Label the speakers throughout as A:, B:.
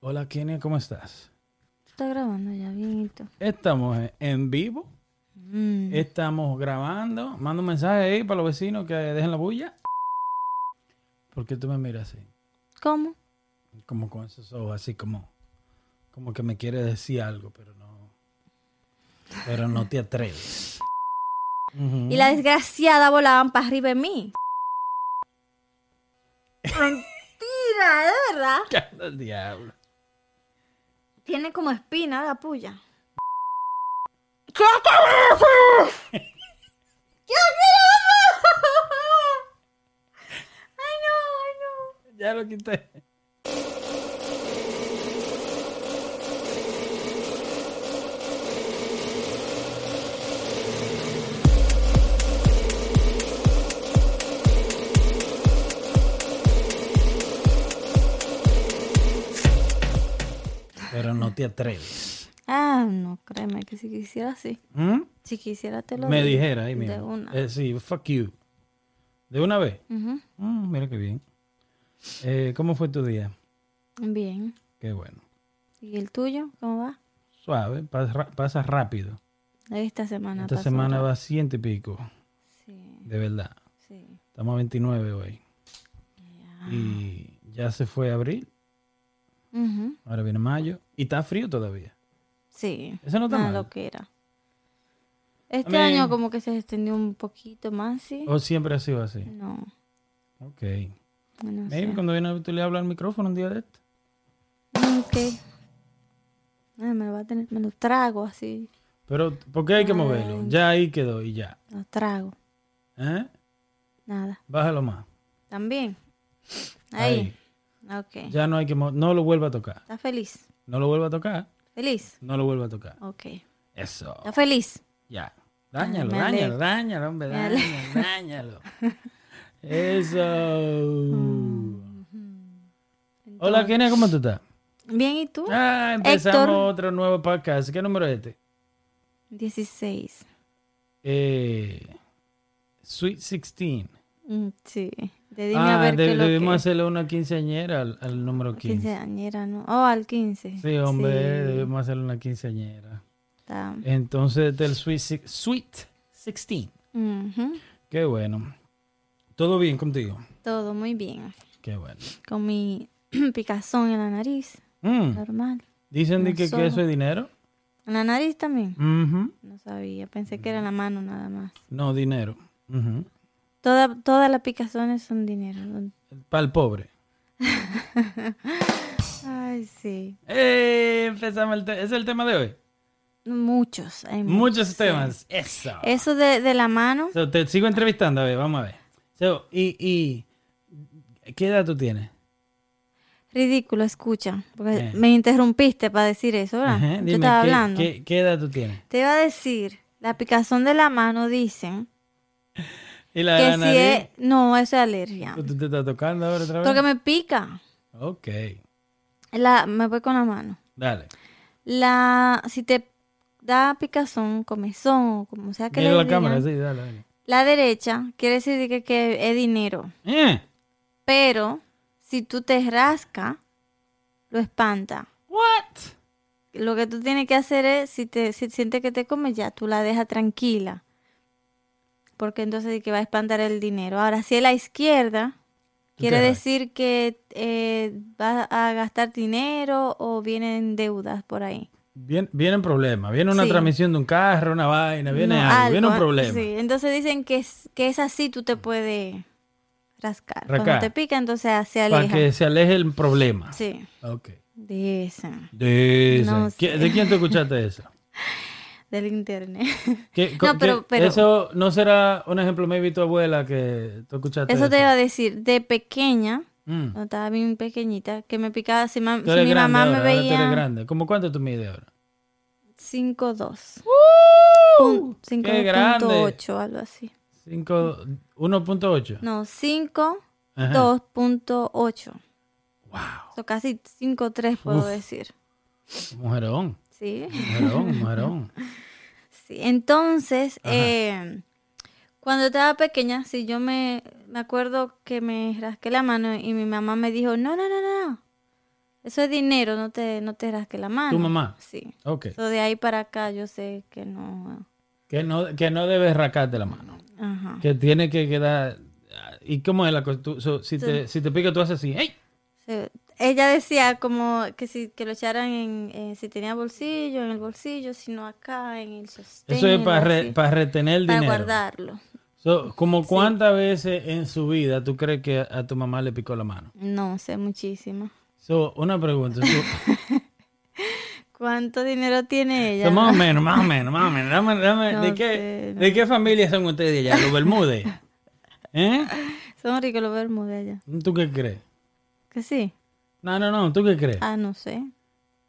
A: Hola Kenia, ¿cómo estás?
B: Está grabando ya, bienito.
A: Estamos en vivo,
B: Mm.
A: estamos grabando. Manda un mensaje ahí para los vecinos que dejen la bulla. ¿Por qué tú me miras así?
B: ¿Cómo?
A: Como con esos ojos, así como, como que me quiere decir algo, pero no. Pero no te atreves. Ujú.
B: Y la desgraciada volaban para arriba de mí. Mentira, de verdad.
A: Cara del diablo.
B: Tiene como espina la puya. ¿Qué te ¡Qué ¡Ay no, ay no!
A: Ya lo quité. Pero no te atreves.
B: Ah, no, créeme que si quisiera así.
A: ¿Mm?
B: Si quisiera te lo
A: Me
B: digo.
A: dijera ahí
B: de
A: mismo.
B: una.
A: Eh, sí, fuck you. De una vez.
B: Ujú.
A: Mm, mira qué bien. Eh, ¿Cómo fue tu día?
B: Bien.
A: Qué bueno.
B: ¿Y el tuyo? ¿Cómo va?
A: Suave, pasa, pasa rápido.
B: Esta semana
A: Esta
B: pasó
A: semana
B: rápido.
A: va a ciento y pico,
B: Sí,
A: de verdad.
B: sí.
A: Estamos a 29 hoy.
B: Ah.
A: Ah. Y ya se fue abril,
B: Ujú.
A: ahora viene mayo. Y está frío todavía.
B: Sí.
A: Eso no está
B: Una
A: mal.
B: loquera. Este
A: A mí-
B: año como que se extendió un poquito más, ¿sí?
A: O siempre ha sido así.
B: No,
A: Ok.
B: no
A: Maybe
B: sé.
A: cuando viene tú le hablas al micrófono un día de esto.
B: Mm, ok. Ay, me lo va a tener, me lo trago así,
A: Pero, ¿por qué hay que moverlo? Ya ahí quedó y ya.
B: lo trago,
A: ¿Eh?
B: nada.
A: Bájalo más.
B: También. Ahí. Ok.
A: Ya no hay que mo- No lo vuelva a tocar.
B: ¿Estás feliz?
A: No lo vuelva a tocar.
B: ¿Feliz?
A: No lo vuelva a tocar.
B: Ok.
A: Eso.
B: ¿Estás feliz?
A: Ya. Dáñalo,
B: me
A: dáñalo,
B: alegro.
A: dáñalo, hombre, dáñalo, dáñalo. Eso.
B: Mm.
A: Hola, Kenia, ¿cómo tú estás?
B: Bien, ¿y tú?
A: Ah, empezamos otro nuevo podcast. ¿Qué número es este?
B: 16.
A: Eh, Sweet 16.
B: Mm, Sí. De dime a
A: ah,
B: ver
A: de-
B: qué lo
A: debimos
B: que...
A: hacerle una quinceañera al, al número 15.
B: Quinceañera, ¿no? Oh, al 15.
A: Sí, hombre,
B: Sí,
A: debemos hacerle una quinceañera.
B: está.
A: Entonces, del Sweet, Six- Sweet 16.
B: Ujú.
A: Qué bueno. ¿Todo bien contigo?
B: Todo muy bien.
A: Qué bueno.
B: Con mi picazón en la nariz,
A: Mm.
B: normal.
A: Dicen de que, que
B: Nosotros.
A: eso es dinero.
B: ¿En la nariz también?
A: Ujú.
B: No sabía, pensé que era en la mano nada más.
A: No, dinero.
B: Toda, todas las picazones son dinero.
A: Para el pobre.
B: Ay, sí.
A: ¡Eh! Empezamos el te- ¿Es el tema de hoy?
B: Muchos, hay muchos.
A: Muchos temas. Eso.
B: Eso de, de la mano,
A: So, te sigo entrevistando, a ver, vamos a ver. So, y, y- ¿Qué edad tú tienes?
B: ridículo, escucha. Porque
A: Eh.
B: me interrumpiste para decir eso, ¿verdad?
A: Ajá,
B: Ah, Yo estaba
A: ¿qué,
B: hablando.
A: qué- qué edad tú tienes?
B: Te iba a decir, la picazón de la mano dicen
A: ¿Y la
B: que
A: de la
B: si
A: nariz?
B: es... No, eso es alergia.
A: ¿Tú te estás tocando ahora otra vez?
B: Porque me pica.
A: Ok,
B: La, me voy con la mano.
A: dale.
B: La, si te da picazón, comezón, o como sea que
A: Mira
B: le
A: la
B: digan,
A: cámara, sí, dale. dale.
B: la derecha quiere decir que, que es dinero.
A: Eh,
B: Pero si tú te rascas, lo espanta.
A: ¿What?
B: Lo que tú tienes que hacer es, si te si sientes que te come ya, tú la dejas tranquila. Porque entonces di que va a espantar el dinero. Ahora, si es la izquierda,
A: te
B: quiere
A: rascas.
B: decir que eh, vas a gastar dinero o vienen deudas por ahí.
A: Vien- vienen problemas. Viene una
B: Sí.
A: transmisión de un carro, una vaina, viene
B: No,
A: algo, viene un
B: algo,
A: problema.
B: sí. Entonces dicen que es, que es así, tú te puedes rascar.
A: Rascar.
B: Cuando te pica, entonces se
A: Para
B: aleja.
A: que se aleje el problema.
B: Sí,
A: Ok.
B: dicen,
A: De, esa.
B: No
A: ¿Qui-
B: sé.
A: ¿De quién te escuchaste eso?
B: del internet.
A: ¿Qué-
B: No,
A: co-
B: pero-
A: qué-
B: pero-
A: Eso no será un ejemplo, maybe tu abuela que tú escuchaste.
B: Eso te iba a decir, de pequeña,
A: Mm.
B: cuando estaba bien pequeñita, que me picaba, si, ma-
A: Tú
B: si
A: eres
B: mi
A: grande
B: mamá
A: ahora,
B: me
A: ahora tú eres
B: veía
A: grande. ¿Cómo cuánto tú mides ahora?
B: 5.2,
A: ¡Uh!
B: pun-
A: ¡Qué grande!
B: 5.8, algo así.
A: Cinco- 1.8.
B: No, 5.2.8.
A: Ajá.
B: Wow. So, casi 5.3 puedo decir.
A: Mujerón,
B: Sí.
A: mujerón, mujerón.
B: Sí, entonces, eh, cuando estaba pequeña, si yo me, me acuerdo que me rasqué la mano y mi mamá me dijo, no, no, no, no, no, Eso es dinero, no te, no te rasques la mano.
A: ¿Tu mamá?
B: Sí.
A: Ok.
B: Eso de ahí para acá yo sé que no.
A: Que no, que no debes rascarte la mano.
B: Ajá.
A: Que tiene que quedar. ¿Y cómo es la cosa? Tú- so, si, te, si te pica, tú haces así. ¡Hey!
B: Se- ella decía como que si que lo echaran en, en- si tenía bolsillo, en el bolsillo, si no acá, en el sostén.
A: Eso es para,
B: algo
A: re-
B: así,
A: para retener el
B: para
A: dinero.
B: guardarlo.
A: So, ¿Como cuántas veces en su vida tú crees que a, a tu mamá le picó la mano?
B: No sé, muchísimo.
A: So, una pregunta. so-
B: ¿Cuánto dinero tiene ella?
A: so, más o menos, más o menos, más o menos. Dame- dame-
B: No
A: ¿de, qué,
B: sé, no
A: ¿De qué familia son ustedes allá? ¿Los Bermúdez? ¿Eh?
B: Son ricos los Bermuda allá.
A: ¿Tú qué crees?
B: ¿Que sí?
A: No, no, no. ¿Tú qué crees?
B: Ah, no sé.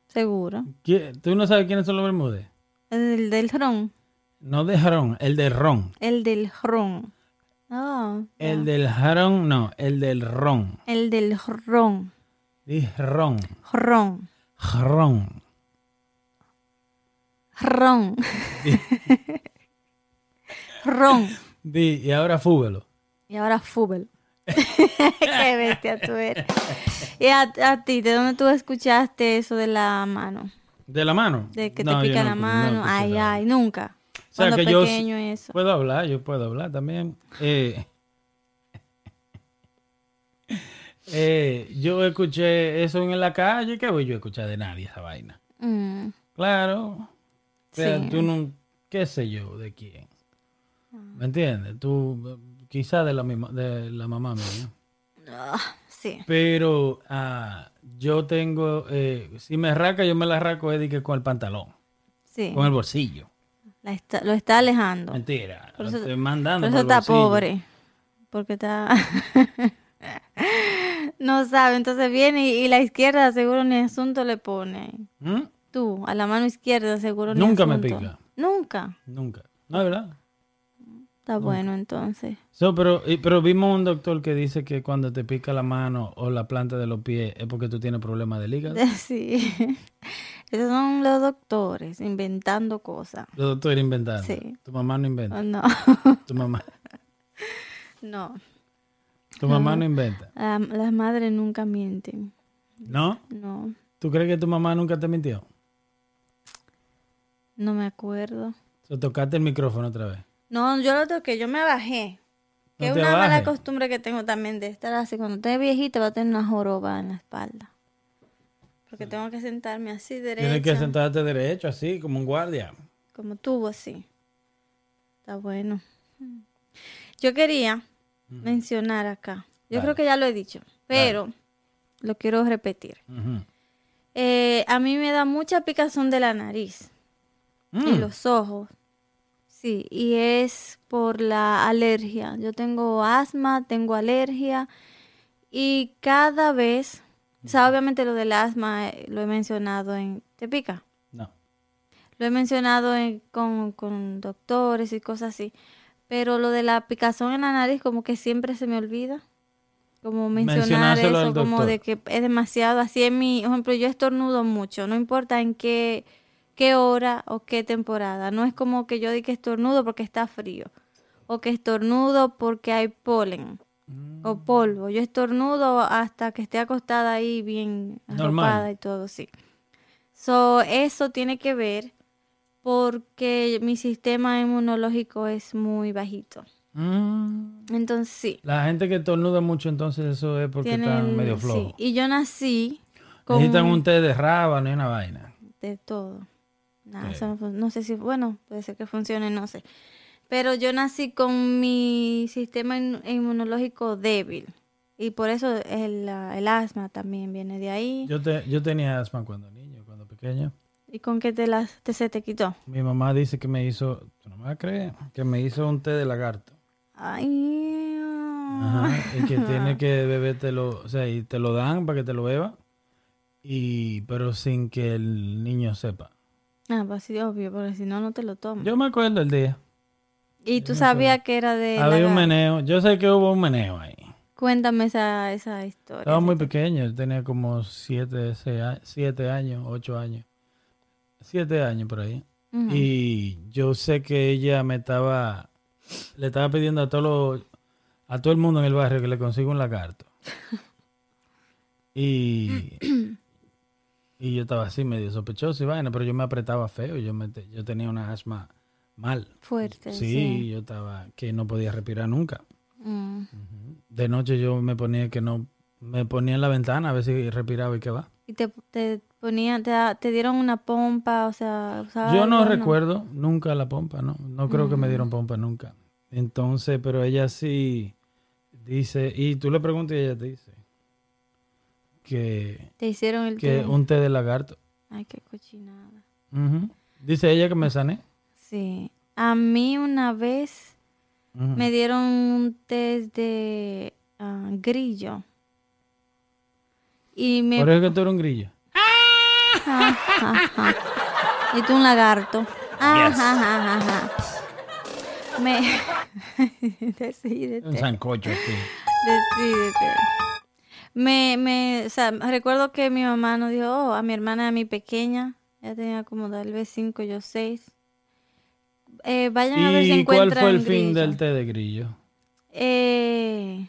B: Seguro.
A: ¿Qui- ¿Tú no sabes quiénes son los Bermúdez?
B: El del ron.
A: No de jarón, el de ron.
B: El del ron. Ah,
A: El del jarón, no, el del ron.
B: el del ron.
A: Dije ron,
B: Ron.
A: ron.
B: Ron. ron.
A: Di- y ahora fúbelo.
B: Y ahora fútbol. Qué bestia tú eres. ¿Y a, a ti, de dónde tú escuchaste eso de la mano?
A: ¿De la mano?
B: De que
A: No,
B: te
A: yo
B: pica
A: no-
B: la
A: no
B: mano.
A: escuché
B: ay,
A: nada.
B: ay, nunca.
A: O sea,
B: Cuando
A: que yo
B: pequeño eso.
A: puedo hablar, yo puedo hablar también. Eh, eh, yo escuché eso en la calle, ¿qué voy yo a escuchar de nadie esa vaina?
B: Mm,
A: Claro. O sea,
B: Sí.
A: tú no, qué sé yo, de quién. ¿Me entiendes? Tú, eh, quizá de la, misma, de la mamá mía.
B: ah, sí.
A: Pero ah, yo tengo, eh, si me raca, yo me la raco es de que con el pantalón,
B: Sí.
A: con el bolsillo.
B: La está- lo está alejando.
A: Mentira,
B: Por
A: lo
B: eso-
A: estoy mandando.
B: Por eso
A: por el
B: está
A: bolsillo.
B: pobre. Porque está. no sabe. Entonces viene y, y la izquierda seguro ni asunto le pone.
A: ¿Mm?
B: Tú, a la mano izquierda seguro ni
A: Nunca me
B: asunto.
A: pica.
B: Nunca.
A: Nunca. No, es verdad.
B: Está bueno entonces.
A: So, pero, y- pero vimos un doctor que dice que cuando te pica la mano o la planta de los pies es porque tú tienes problemas del hígado.
B: Sí. Esos son los doctores inventando cosas.
A: Los doctores inventando.
B: Sí.
A: Tu mamá no inventa.
B: Oh, No,
A: Tu mamá,
B: no.
A: tu mamá no inventa.
B: Ah, las madres nunca mienten.
A: ¿No?
B: No,
A: ¿Tú crees que tu mamá nunca te mintió?
B: no me acuerdo.
A: So, tocaste el micrófono otra vez.
B: No, yo lo toqué, yo me bajé.
A: No
B: Que es
A: te
B: una mala
A: bajes.
B: costumbre que tengo también de estar así. Cuando estés viejita va a tener una joroba en la espalda. Porque tengo que sentarme así
A: Tienes que
B: derecha,
A: sentarte derecho, así, como un guardia.
B: como tubo así. Está bueno. Yo quería mencionar acá. Yo creo que ya lo he dicho, pero lo quiero repetir.
A: Ujú.
B: Eh, a mí me da mucha picazón de la nariz y los ojos. Sí, y es por la alergia. Yo tengo asma, tengo alergia y cada vez, o sea, obviamente lo del asma eh, lo he mencionado en te pica.
A: No.
B: Lo he mencionado en- con, con doctores y cosas así, pero lo de la picazón en la nariz como que siempre se me olvida. Como mencionar
A: Mencionárselo al
B: eso, como
A: doctor.
B: de que es demasiado. Así es mi, por ejemplo, yo estornudo mucho, no importa en qué, qué hora o qué temporada. No es como que yo di que estornudo porque está frío, o que estornudo porque hay polen o polvo. Yo estornudo hasta que esté acostada ahí bien
A: Normal.
B: arropada y todo, sí. So, eso tiene que ver porque mi sistema inmunológico es muy bajito.
A: Mm.
B: Entonces, sí.
A: La gente que tornuda mucho, entonces eso es porque
B: tiene
A: están
B: el-
A: medio
B: sí.
A: flojos.
B: Y yo nací con
A: Necesitan un té de rábano y una vaina.
B: de todo. Nah,
A: Sí.
B: eso no, fun- no sé si, bueno, puede ser que funcione, no sé. Pero yo nací con mi sistema in- inmunológico débil. Y por eso el, ah, el asma también viene de ahí.
A: Yo, te, yo tenía asma cuando niño, cuando pequeño.
B: ¿Y con qué te las te, se te quitó?
A: Mi mamá dice que me hizo, tú no me vas a creer, que me hizo un té de lagarto.
B: Ay,
A: Ajá, y que tiene que bebértelo, o sea, y te lo dan para que te lo beba, y, pero sin que el niño sepa.
B: Ah, pues sí, obvio, porque si no, no te lo tomas.
A: Yo me acuerdo el día.
B: y tú sabías que era de...
A: Había
B: la-
A: un meneo, yo sé que hubo un meneo ahí.
B: Cuéntame esa, esa historia.
A: Estaba muy pequeño, yo tenía como siete, seis a- siete años, ocho años. Siete años por ahí.
B: Ujú.
A: Y yo sé que ella me estaba, le estaba pidiendo a todos los- a todo el mundo en el barrio que le consiga un lagarto. Y Y yo estaba así, medio sospechoso y vaina, pero yo me apretaba feo. Yo, me te- yo tenía una asma mal.
B: Fuerte.
A: sí,
B: Sí.
A: yo estaba que no podía respirar nunca.
B: Mm.
A: Ujú. De noche yo me ponía que no. Me ponía en la ventana a ver si respiraba y qué va.
B: Y te, te ponían, te, da- te dieron una pompa, o sea, usaba
A: Yo no
B: algo,
A: recuerdo nunca la pompa, no. No creo
B: Mm.
A: que me dieron pompa nunca. Entonces, pero ella sí dice, y tú le preguntas y ella te dice que,
B: Te hicieron el
A: que
B: té.
A: un té de lagarto.
B: Ay, qué cochinada.
A: Ujú. Dice ella que me sané.
B: Sí. A mí una vez
A: Ujú.
B: me dieron un test de ah, grillo. Y me
A: Por eso que tú eres un grillo.
B: Y tú un lagarto. Ah, ja, ja, ja, ja. Me...
A: Un
B: decídete,
A: sancocho aquí.
B: decídete. Me, me, o sea, recuerdo que mi mamá nos dijo, "Oh, a mi hermana, a mi pequeña, ya tenía como tal vez cinco, yo seis. Eh, vayan a ver si
A: ¿Y cuál
B: encuentran
A: fue el fin
B: grillo".
A: del té de grillo?
B: Eh,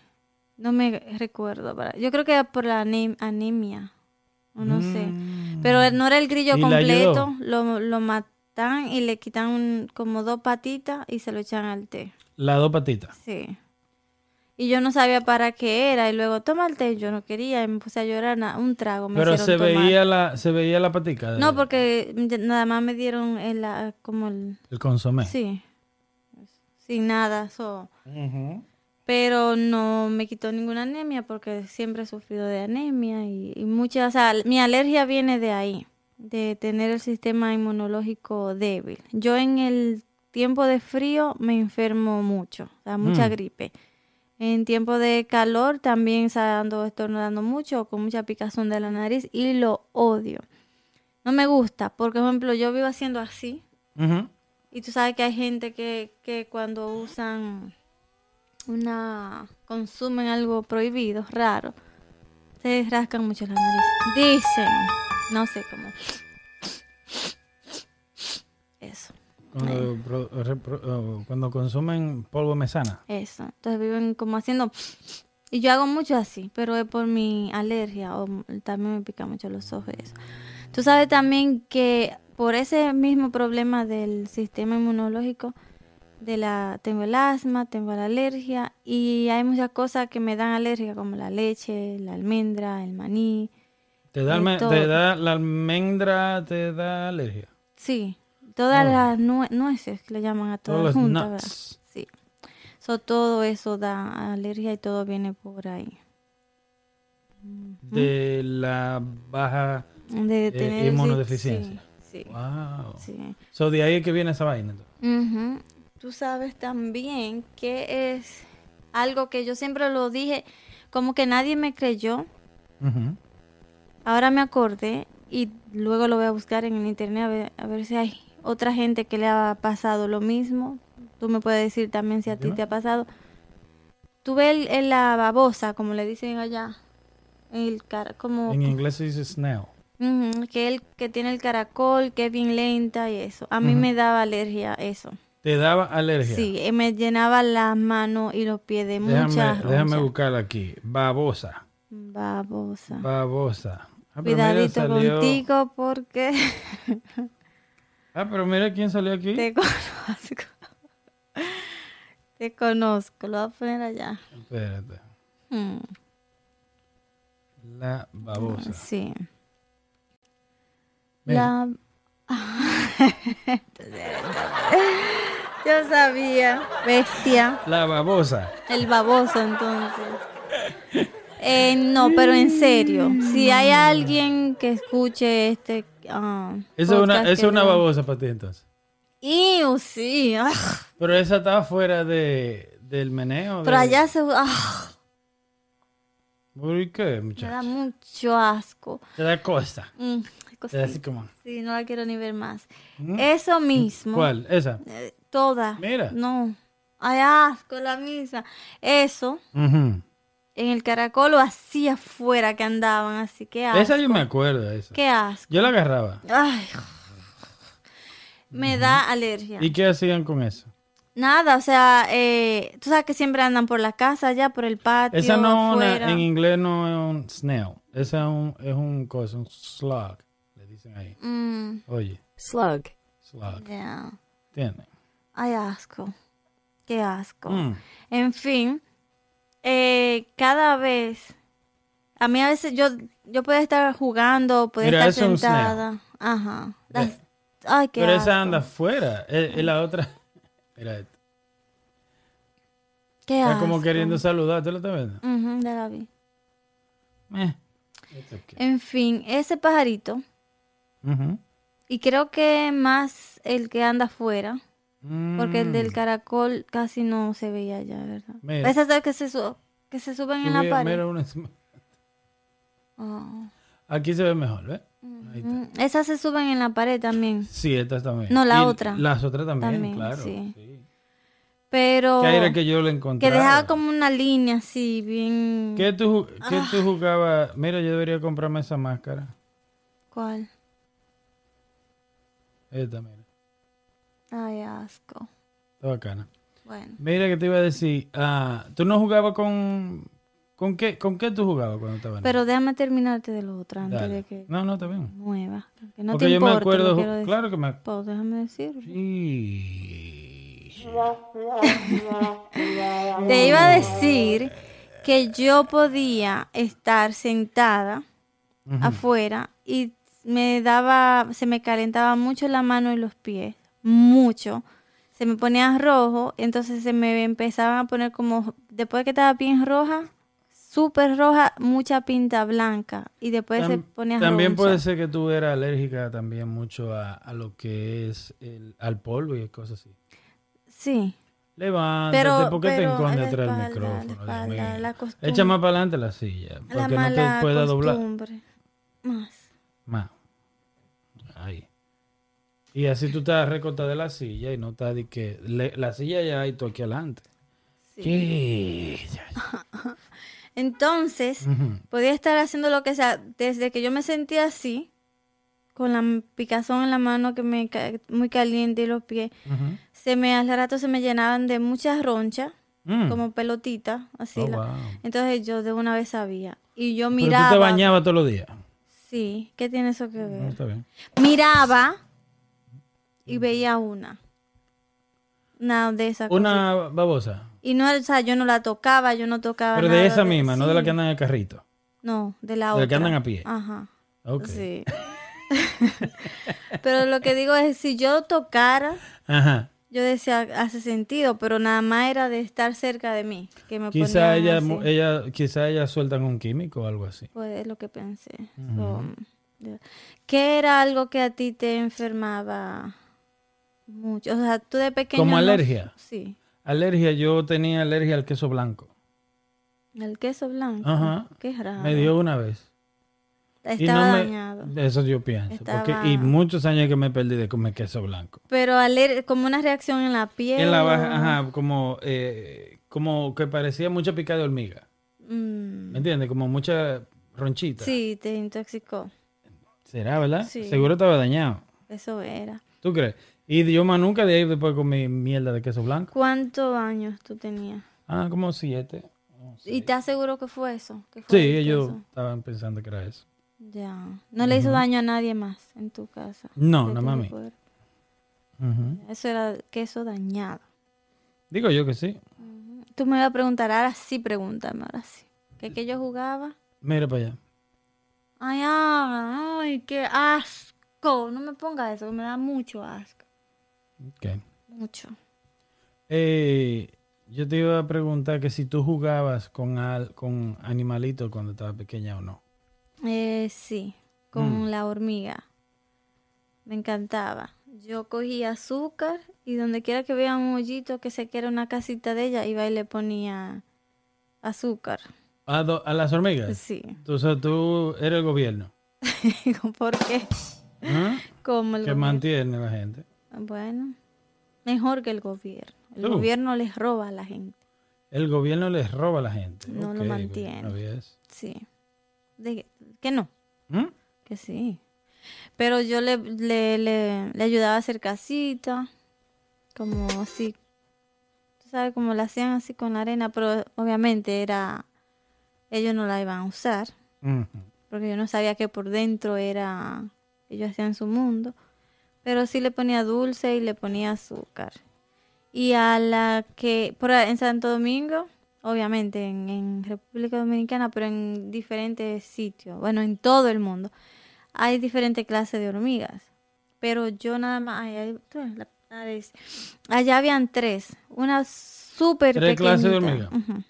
B: no me recuerdo, para- yo creo que era por la anem- anemia, o no sé.
A: Mm.
B: Pero no era el grillo
A: ¿Y la ayudó?
B: completo, lo, lo matan y le quitan un- como dos patitas y se lo echan al té.
A: Las dos patitas.
B: Sí. Y yo no sabía para qué era y luego toma el té, yo no quería y me puse a llorar, na- un trago me
A: Pero
B: hicieron
A: se
B: tomar.
A: veía, eh, la, se veía la patica. de-
B: No, porque ya- nada más me dieron el, ah, como el...
A: El consomé.
B: Sí. Sin nada, so.
A: Ujú.
B: Pero no me quitó ninguna anemia porque siempre he sufrido de anemia y, y muchas, o sea, mi alergia viene de ahí, de tener el sistema inmunológico débil. Yo en el tiempo de frío me enfermo mucho, o sea, mucha
A: Mm.
B: gripe. En tiempo de calor también o sea, ando estornudando mucho, con mucha picazón de la nariz y lo odio. No me gusta, porque por ejemplo yo vivo haciendo así,
A: Ujú.
B: y tú sabes que hay gente que, que cuando usan una... consumen algo prohibido, raro, se rascan mucho la nariz. Dicen, no sé cómo. Eso,
A: Cuando, pro- repro- oh, cuando consumen polvo de mesana.
B: eso. Entonces viven como haciendo... Y yo hago mucho así, pero es por mi alergia o m- también me pica mucho los ojos. y Eso. Tú sabes también que por ese mismo problema del sistema inmunológico, de la tengo el asma, tengo la alergia y hay muchas cosas que me dan alergia como la leche, la almendra, el maní.
A: Te da,
B: De
A: alme-
B: todo.
A: te da la almendra, te da alergia.
B: Sí, todas
A: Oh.
B: las nue- nueces que le llaman a
A: Todos
B: todas
A: los
B: juntas.
A: nuts.
B: ¿verdad? Sí. So, todo eso da alergia y todo viene por ahí.
A: De la baja.
B: De
A: Eh,
B: tener el-
A: inmunodeficiencia.
B: Sí. sí,
A: Wow.
B: sí.
A: So, de ahí es que viene esa vaina. entonces.
B: Ujú. Tú sabes también que es algo que yo siempre lo dije, como que nadie me creyó.
A: Ujú.
B: Ahora me acordé y luego lo voy a buscar en el internet a ver, a ver si hay otra gente que le ha pasado lo mismo. Tú me puedes decir también si a ti
A: Dime.
B: te ha pasado. Tuve el, el- la babosa, como le dicen allá, el cara, como
A: En inglés se dice snail.
B: Ujú, que el que tiene el caracol, que es bien lenta y eso. A mí
A: Ujú.
B: me daba alergia eso.
A: Te daba alergia.
B: Sí, eh, me llenaba las manos y los pies de
A: Déjame,
B: mucha
A: déjame
B: roncha.
A: buscarla aquí. Babosa.
B: Babosa.
A: Babosa. Ah, pero mira,
B: Cuidadito
A: salió-
B: contigo porque
A: Ah, pero mira quién salió aquí.
B: te conozco. Te conozco, lo voy a poner allá.
A: Espérate.
B: Mm,
A: La babosa.
B: Sí.
A: Mira.
B: La... Yo sabía, bestia.
A: La babosa.
B: El baboso, entonces. Eh, no, pero en serio, si hay alguien que escuche este... ah,
A: Esa es una,
B: podcast
A: esa
B: que
A: es una
B: no-
A: babosa para ti entonces.
B: Iu, sí. ah,
A: Pero esa estaba fuera de, del meneo.
B: pero
A: de-
B: allá se... ah,
A: ¿Por qué,
B: me
A: muchacho?
B: da mucho asco.
A: Te da cosa.
B: Mm, qué
A: Te da así
B: cosita.
A: como.
B: Sí, no la quiero ni ver más.
A: ¿Mm?
B: Eso mismo.
A: ¿Cuál? Esa.
B: eh, toda.
A: Mira.
B: No. Hay asco, la misma. Eso,
A: Ujú.
B: en el caracol o así afuera que andaban, así que asco.
A: Esa yo me acuerdo. Esa.
B: Qué asco.
A: Yo la agarraba.
B: Ay, me da alergia.
A: ¿Y qué hacían con eso?
B: Nada, o sea, eh, tú sabes que siempre andan por la casa, ya por el patio,
A: Esa no es una-
B: afuera.
A: en inglés no es un snail. Esa es un, es un cosa, un slug. le dicen ahí.
B: Mm,
A: Oye,
C: slug,
A: slug.
B: yeah.
A: ¿Entiendes?
B: Ay, asco. Qué asco.
A: Mm.
B: En fin, eh, cada vez, a mí a veces yo, yo podía estar jugando, podía
A: Mira,
B: estar
A: eso es un snail.
B: sentada. Ajá. Las-
A: Eh,
B: Ay, qué
A: Pero
B: asco.
A: esa anda afuera. Es, es la otra. Mira esto.
B: Qué
A: Está como
B: asco.
A: queriendo saludar. ¿Tú lo estás viendo?
B: Ujú, ya la vi.
A: Eh, it's okay.
B: En fin, ese pajarito,
A: Ujú.
B: y creo que más el que anda afuera, porque el del
A: Mm.
B: caracol casi no se veía ya, ¿verdad? Pues
A: Mira.
B: Esas de que se, su- que se suben en la
A: Mira,
B: pared.
A: mira uno encima.
B: Oh.
A: Aquí se ve mejor, ¿ves? Ahí está.
B: Mm, Esas se suben en la pared también.
A: Sí, estas también.
B: No, la
A: Y
B: otra.
A: Las otras también,
B: También,
A: claro.
B: sí.
A: sí.
B: Pero...
A: Que era que yo le
B: Que
A: encontraba.
B: dejaba como Ah. una línea así, bien.
A: ¿Qué tú, ju- qué tú jugabas? Mira, yo debería comprarme esa máscara.
B: ¿Cuál?
A: Esta, mira.
B: Ay, asco.
A: Está bacana.
B: Bueno.
A: Mira que te iba a decir. ah, ¿Tú no jugabas con... ¿Con qué, ¿Con qué tú jugabas cuando estabas niño?
B: Pero déjame terminarte de lo otro antes
A: Dale.
B: de que
A: No, no, está bien.
B: mueva. Que no
A: Porque
B: te
A: yo
B: importe,
A: me acuerdo...
B: lo
A: ju-
B: quiero decir.
A: Claro que me...
B: Pues déjame decir.
A: Sí.
B: Te iba a decir que yo podía estar sentada
A: Ujú.
B: afuera y me daba, se me calentaba mucho la mano y los pies, mucho. Se me ponía rojo, entonces se me empezaban a poner como, después que estaba bien roja, súper roja, mucha pinta blanca y después se
A: Tam-
B: ponía
A: también
B: roncha.
A: puede ser que tú eras alérgica también mucho a, a lo que es el, al polvo y cosas así.
B: Sí,
A: Levántate,
B: pero,
A: ¿por qué te
B: pero
A: escondes
B: la
A: atrás del
B: espalda, la
A: micrófono? Dios
B: espalda,
A: mío?
B: la costumbre,
A: Echa más para adelante la silla,
B: la
A: para que no
B: mala
A: te pueda doblar.
B: costumbre. Más.
A: Más. Ahí. Y así tú estás recortada de la silla y no estás de que le- la silla ya hay tú aquí adelante.
B: Sí.
A: Sí. ya, ya.
B: Entonces,
A: Ujú.
B: Podía estar haciendo lo que sea. Desde que yo me sentía así, con la m- picazón en la mano que me ca- muy caliente y los pies,
A: Ujú.
B: se me al rato se me llenaban de muchas ronchas,
A: Mm.
B: como pelotitas, así.
A: Oh,
B: la-
A: wow.
B: Entonces yo de una vez sabía. Y yo
A: Pero tú
B: miraba. Eh.
A: te bañabas todos los días.
B: Sí, ¿qué tiene eso que
A: No, Mm.
B: ver?
A: está bien.
B: Miraba y veía una. Una de esas cosas.
A: Una babosa.
B: Y no, o sea, yo no la tocaba, yo no tocaba
A: Pero
B: Ah, nada
A: de esa misma, no de la
B: sí.
A: que andan en el carrito.
B: No, de la
A: de
B: otra.
A: la que andan a pie.
B: Ajá.
A: Ok.
B: Sí. pero lo que digo es, si yo tocara,
A: Ajá.
B: yo decía, hace sentido, pero nada más era de estar cerca de mí, que me
A: Quizá
B: ponían
A: ella,
B: así.
A: mu- eh, ella, quizá ella sueltan un químico o algo así.
B: Pues es lo que pensé. So, yeah. ¿Qué era algo que a ti te enfermaba mucho? O sea, tú de pequeño...
A: ¿Como
B: no-
A: alergia?
B: Sí,
A: Alergia, yo tenía alergia al queso blanco.
B: el queso blanco.
A: Ajá.
B: Qué raro.
A: Me dio una vez.
B: Ah. Estaba
A: Y no me-
B: dañado.
A: Eso yo pienso. porque- y
B: Estaba-
A: muchos años que me perdí de comer queso blanco.
B: Pero aler- como una reacción en la piel.
A: En la
B: o-
A: baja, ajá, como, eh, como que parecía mucha pica de hormiga.
B: Mm,
A: ¿Me entiendes? Como mucha ronchita.
B: sí, te intoxicó.
A: ¿Será, verdad?
B: Sí.
A: Seguro estaba dañado.
B: Eso era.
A: ¿Tú crees? Y yo más nunca de ahí después comí mierda de queso blanco.
B: ¿Cuántos años tú tenías?
A: Ah, como siete.
B: ¿Y te aseguro que fue eso? que fue
A: Sí,
B: el
A: ellos
B: caso?
A: estaban pensando que era eso.
B: Ya. No le hizo daño a nadie más en tu casa.
A: No,
B: de
A: no
B: tu
A: mami.
B: cuerpo.
A: Ujú.
B: Eso era queso dañado.
A: Digo yo que sí.
B: Tú me vas a preguntar, ahora sí pregúntame, ahora sí. ¿Qué que yo jugaba?
A: Mira para allá.
B: Ay, ah, ay, qué asco. No me ponga eso, que me da mucho asco.
A: Ok.
B: Mucho.
A: Eh, yo te iba a preguntar que si tú jugabas con, al- con animalitos cuando estabas pequeña o no.
B: Eh, sí, con la hormiga. Me encantaba. Yo cogía azúcar y donde quiera que vea un hoyito que se quiera una casita de ella, iba y le ponía azúcar.
A: ¿A, do- a las hormigas?
B: Sí.
A: Tú- O sea, tú eres el gobierno
B: Digo, ¿por qué?
A: ¿ah?
B: Como el
A: que
B: gobierno.
A: mantiene la gente.
B: Bueno, mejor que el gobierno. El
A: Tú.
B: gobierno les roba a la gente.
A: El gobierno les roba a la gente.
B: No lo
A: Ok,
B: mantiene.
A: bueno, había eso.
B: Sí. De- que no,
A: ¿Mm?
B: que sí. Pero yo le, le, le, le ayudaba a hacer casita, como así. Tú sabes, como la hacían así con la arena, pero obviamente era. Ellos no la iban a usar,
A: ¿Mm? Ujú.
B: porque yo no sabía que por dentro era ellos hacían su mundo, pero sí le ponía dulce y le ponía azúcar. Y a la que, por a- en Santo Domingo, obviamente en, en República Dominicana, pero en diferentes sitios, bueno, en todo el mundo, hay diferentes clases de hormigas. Pero yo nada más, ay, ay, tú ves, la- la de- allá habían tres, una súper
A: ¿Tres clases de
B: pequeñita,
A: hormigas?
B: ujú,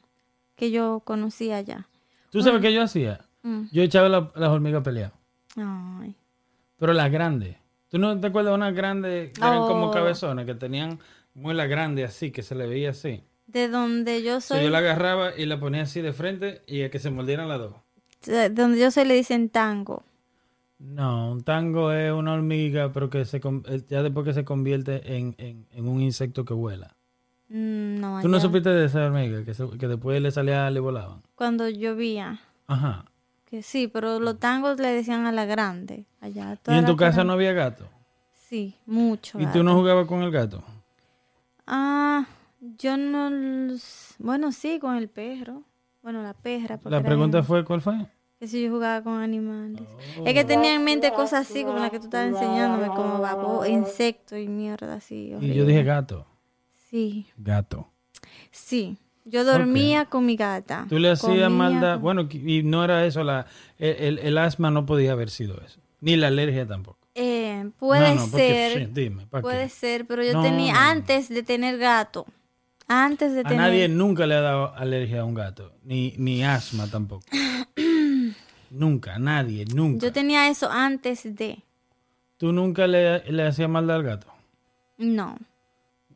B: que yo conocía allá.
A: ¿Tú sabes qué yo hacía?
B: Mm,
A: Yo echaba la- las hormigas peleadas,
B: ay.
A: pero las grandes. ¿Tú no te acuerdas de unas grandes que eran como
B: Oh.
A: cabezonas, que tenían muela grande así, que se le veía así?
B: De donde yo
A: So,
B: soy,
A: yo la agarraba y la ponía así de frente y a que se mordieran las dos.
B: de donde yo soy le dicen tango.
A: No, un tango es una hormiga, pero que se con- eh, ya después que se convierte en, en- en un insecto que vuela.
B: Mm, No,
A: ¿Tú no
B: allá,
A: supiste de esa hormiga que, se- que después le salía, le volaban?
B: cuando llovía.
A: Ajá.
B: Que sí, pero los tangos le decían a la grande. Allá.
A: Ah. ¿Y
B: toda
A: en
B: la
A: tu casa
B: gran-
A: no había gato?
B: Sí, mucho.
A: ¿Y tú no jugabas con el gato?
B: Ah, yo no. los- Bueno, sí, con el perro. Bueno, la perra. porque
A: La
B: era
A: pregunta
B: hembra.
A: fue, ¿cuál fue?
B: Que si yo jugaba con animales.
A: Oh.
B: Es que tenía en mente cosas así como la que tú estabas enseñándome, como babo, insectos y mierda así.
A: Y
B: horrible.
A: yo dije gato.
B: Sí,
A: Gato.
B: sí. Yo dormía con mi gata.
A: Tú le hacías
B: comía
A: maldad.
B: con-
A: Bueno, que- y no era eso. La, el, el- el asma no podía haber sido eso. Ni la alergia tampoco.
B: Eh, puede
A: No, no, porque,
B: ser,
A: sí, dime, ¿pa' qué?
B: puede ser, pero yo
A: No,
B: tenía
A: no, no.
B: antes de tener gato, antes de
A: A
B: tener,
A: nadie nunca le ha dado alergia a un gato, ni, ni asma tampoco. nunca, a nadie, nunca.
B: yo tenía eso antes de,
A: ¿Tú nunca le, le hacías maldad al gato?
B: no,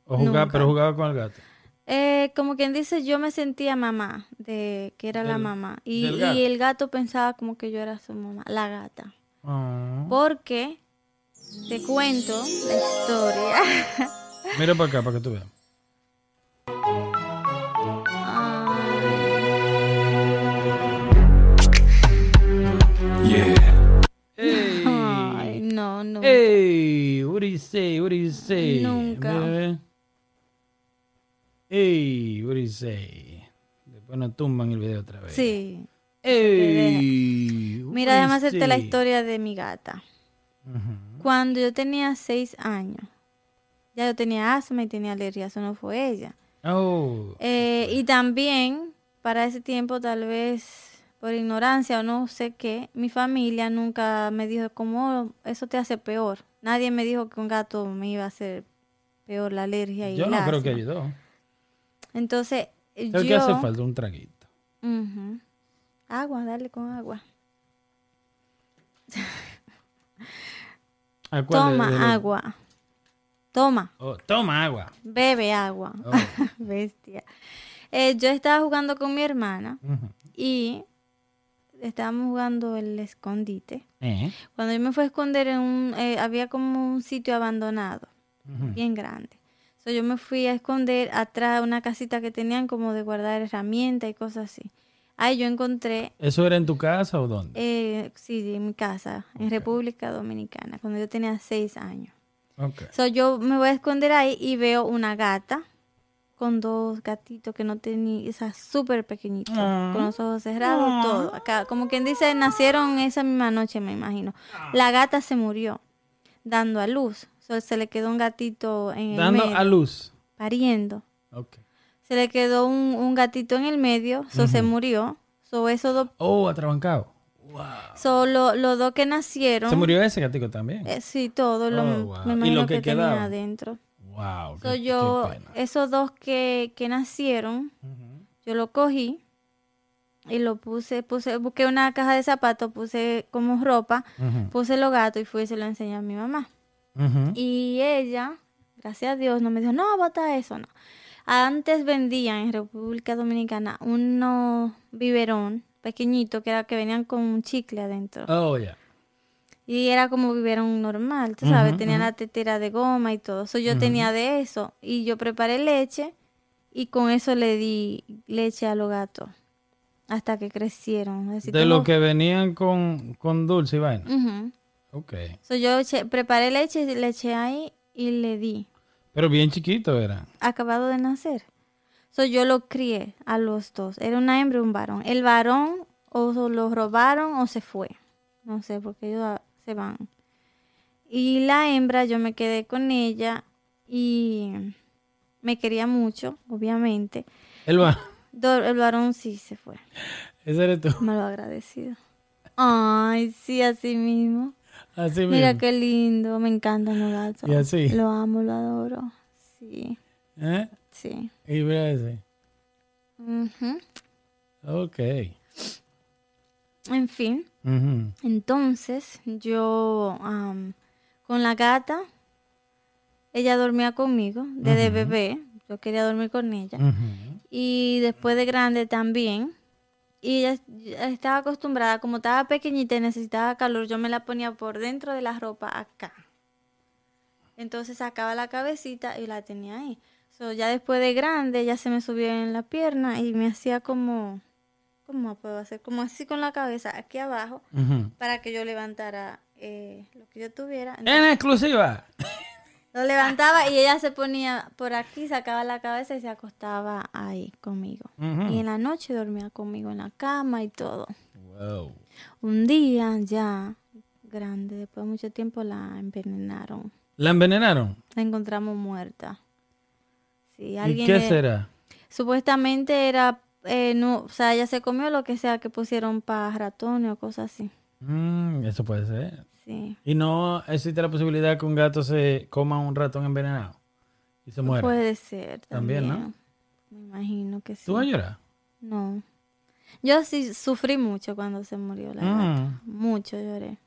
A: O jugaba,
B: Nunca.
A: pero jugaba con el gato.
B: Eh, como quien dice, yo me sentía mamá de que era la
A: Del-
B: mamá y,
A: del gato.
B: y el gato pensaba como que yo era su mamá, la gata,
A: Oh.
B: porque te cuento la historia.
A: Mira para acá, para que tú veas.
B: Ay,
A: ¡Ey!
B: ay, no, no.
A: Eh. ¡Ey! What do you say? What do you say?
B: Nunca.
A: Mira, ve. ¡Ey! What do you say? Después nos tumban el video otra vez.
B: Sí.
A: ¡Ey! what
B: Mira,
A: do you
B: déjame hacerte la
A: say?
B: historia de mi gata.
A: Este, Ujú.
B: Cuando yo tenía seis años, ya yo tenía asma y tenía alergia, eso no fue ella.
A: Oh.
B: Eh, y también, para ese tiempo, tal vez por ignorancia o no sé qué, mi familia nunca me dijo cómo eso te hace peor. Nadie me dijo que un gato me iba a hacer peor la alergia y
A: Yo
B: el
A: no creo
B: asma.
A: que ayudó.
B: Entonces,
A: Creo
B: yo...
A: que hace falta un traguito.
B: Ujú. Agua, dale con agua.
A: ¿A cuál de-
B: Toma
A: de los-
B: agua. Toma,
A: Oh, toma agua.
B: bebe agua.
A: Oh,
B: Bestia. Eh, yo estaba jugando con mi hermana
A: ujú.
B: y estábamos jugando el escondite.
A: Eh,
B: Cuando yo me fui a esconder en un, eh, había como un sitio abandonado,
A: ujú.
B: bien grande. So, yo me fui a esconder atrás de una casita que tenían como de guardar herramientas y cosas así. Ahí yo encontré,
A: ¿Eso era en tu casa o dónde?
B: eh, sí, en mi casa, en República Dominicana, cuando yo tenía seis años.
A: Ok.
B: So, yo me voy a esconder ahí y veo una gata con dos gatitos que no tenían, esas súper pequeñitos,
A: Ah.
B: con los ojos cerrados, todo. Acá, como quien dice, nacieron esa misma noche, me imagino.
A: Ah.
B: La gata se murió dando a luz. So, se le quedó un gatito en
A: Dando
B: el medio,
A: a luz.
B: pariendo.
A: Ok.
B: Se le quedó un, un gatito en el medio, so, se murió. So, esos dos,
A: Oh, atrabancado.
B: so, lo- los dos que nacieron,
A: Se murió ese gatico también.
B: eh, sí, todo, lo,
A: Oh,
B: me
A: wow. ¿Y
B: imagino
A: lo que
B: que tenía
A: quedaba?
B: adentro.
A: Wow. qué-
B: So, yo,
A: qué pena.
B: esos dos que, que nacieron,
A: Ujú.
B: yo lo cogí y lo puse, puse, busqué una caja de zapatos, puse como ropa,
A: Ujú.
B: puse los gatos y fui y se lo enseñé a mi mamá.
A: Ujú.
B: Y ella, gracias a Dios, no me dijo, no, bota eso, no. Antes vendían en República Dominicana unos biberón pequeñito que era que venían con un chicle adentro.
A: Oh, ya.
B: Y era como biberón normal, tú sabes,
A: Ujú,
B: tenía
A: ujú.
B: la tetera de goma y todo. eso yo tenía de eso y yo preparé leche y con eso le di leche a los gatos hasta que crecieron. Es decir,
A: De
B: tengo-
A: lo que venían con, con dulce y vaina.
B: Ujú.
A: Ok.
B: So, yo eché- preparé leche, le eché ahí y le di,
A: Pero bien chiquito era.
B: acabado de nacer. So, yo lo crié a los dos, era una hembra y un varón. El varón o lo robaron o se fue, no sé, porque ellos ah, se van. Y la hembra, yo me quedé con ella y me quería mucho, obviamente.
A: El va.
B: Do- el varón sí se fue.
A: Ese eres tú.
B: Me lo agradecido. Ay, sí, así mismo.
A: Así
B: Mira
A: mismo.
B: qué lindo, me encantan los gatos.
A: Y así.
B: Lo amo, lo adoro. Sí,
A: ¿Eh?
B: sí.
A: Y mira ese.
B: Ujú.
A: Ok.
B: En fin,
A: Ujú.
B: entonces yo am, con la gata, ella dormía conmigo desde
A: Ujú. Mm.
B: bebé. Yo quería dormir con ella.
A: Ujú.
B: y después de grande también. Y ella ya estaba acostumbrada, como estaba pequeñita y necesitaba calor, yo me la ponía por dentro de la ropa acá. Entonces sacaba la cabecita y la tenía ahí. So, ya después de grande, ella se me subía en la pierna y me hacía como, ¿cómo puedo hacer? Como así con la cabeza, aquí abajo,
A: Ujú.
B: para que yo levantara eh, lo que yo tuviera.
A: En exclusiva.
B: Lo levantaba y ella se ponía por aquí, sacaba la cabeza y se acostaba ahí conmigo.
A: Ujú.
B: Y en la noche dormía conmigo en la cama y todo.
A: Wow.
B: Un día ya grande, después de mucho tiempo la envenenaron.
A: ¿La envenenaron?
B: La encontramos muerta. Sí,
A: ¿Y
B: alguien
A: qué
B: le-
A: será?
B: supuestamente era eh, no, o sea, ella se comió lo que sea que pusieron para ratones o cosas así.
A: Mm, eso puede ser.
B: Sí.
A: Y no existe la posibilidad que un gato se coma un ratón envenenado y se muera.
B: Puede ser
A: También,
B: también.
A: ¿no?
B: Me imagino que sí.
A: ¿Tú vas a llorar?
B: No. Yo sí sufrí mucho cuando se murió la gata.
A: Mm.
B: Mucho lloré.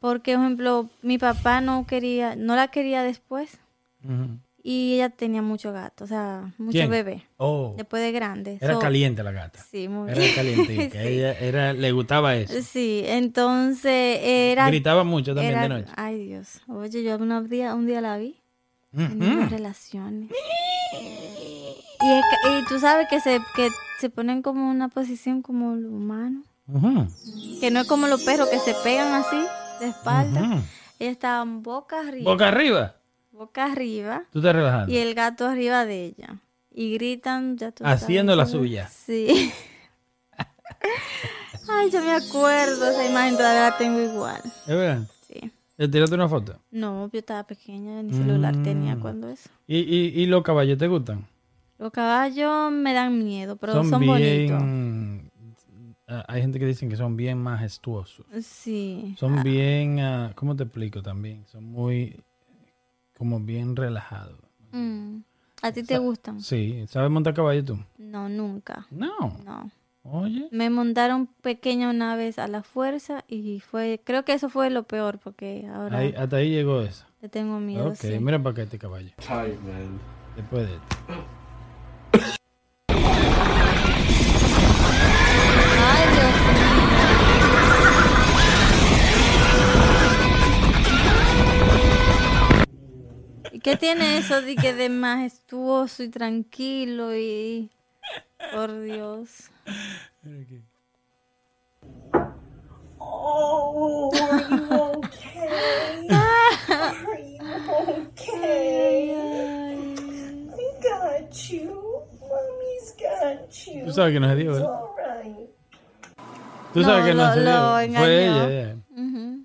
B: Porque, por ejemplo, mi papá no quería, no la quería después
A: Mm, Ujú.
B: y ella tenía mucho gato, o sea, mucho
A: ¿Quién?
B: bebé,
A: Oh,
B: después de grande.
A: era
B: So,
A: caliente la gata.
B: Sí, muy
A: Era caliente.
B: Sí.
A: Ella era, le gustaba eso.
B: Sí, entonces era...
A: Gritaba mucho también
B: era-
A: de noche.
B: Ay Dios, oye, yo un día, un día la vi
A: Mm,
B: teniendo
A: Ujú.
B: relaciones. Y, es que- y tú sabes que se, que se ponen como en una posición como los humanos,
A: Ujú.
B: que no es como los perros que se pegan así de espalda.
A: Ujú.
B: Ella estaba boca arriba,
A: mm. Boca arriba.
B: boca arriba.
A: Tú te relajando.
B: Y el gato arriba de ella. Y gritan, ya tú sabes,
A: Haciendo la
B: esa-
A: suya.
B: Sí. Ay, yo me acuerdo, esa imagen todavía la tengo igual.
A: Es verdad.
B: Sí.
A: Eh, Tírate una foto.
B: No, yo estaba pequeña, ni celular tenía
A: Mm.
B: cuando eso.
A: ¿Y, y, y los caballos te gustan?
B: Los caballos me dan miedo, pero son, bonitos.
A: bien. ah, Hay gente que dicen que son bien majestuosos.
B: Sí.
A: Son bien. ah, ¿Cómo te explico también? Son muy. Como bien relajados.
B: Mm. ¿A ti te gustan?
A: Sí. ¿Sabes montar caballo tú?
B: No, nunca.
A: No.
B: No.
A: Oye.
B: Me montaron pequeña una vez a la fuerza y fue, creo que eso fue lo peor porque ahora
A: ahí- hasta ahí llegó eso.
B: le tengo miedo.
A: Ok,
B: sí.
A: mira para acá este caballo. Después de esto.
B: Ay, Dios mío. ¿Y qué tiene eso de que de majestuoso y tranquilo y... Por Dios. Oh,
C: Okay, I got you. Mommy's got you.
A: Tú sabes que no es Dios, ¿verdad?
C: All right.
A: Tú
B: No,
A: sabes que no
B: lo-
A: es
B: lo
A: Dios. Fue
B: engañó.
A: ella. ella.
B: Ujú.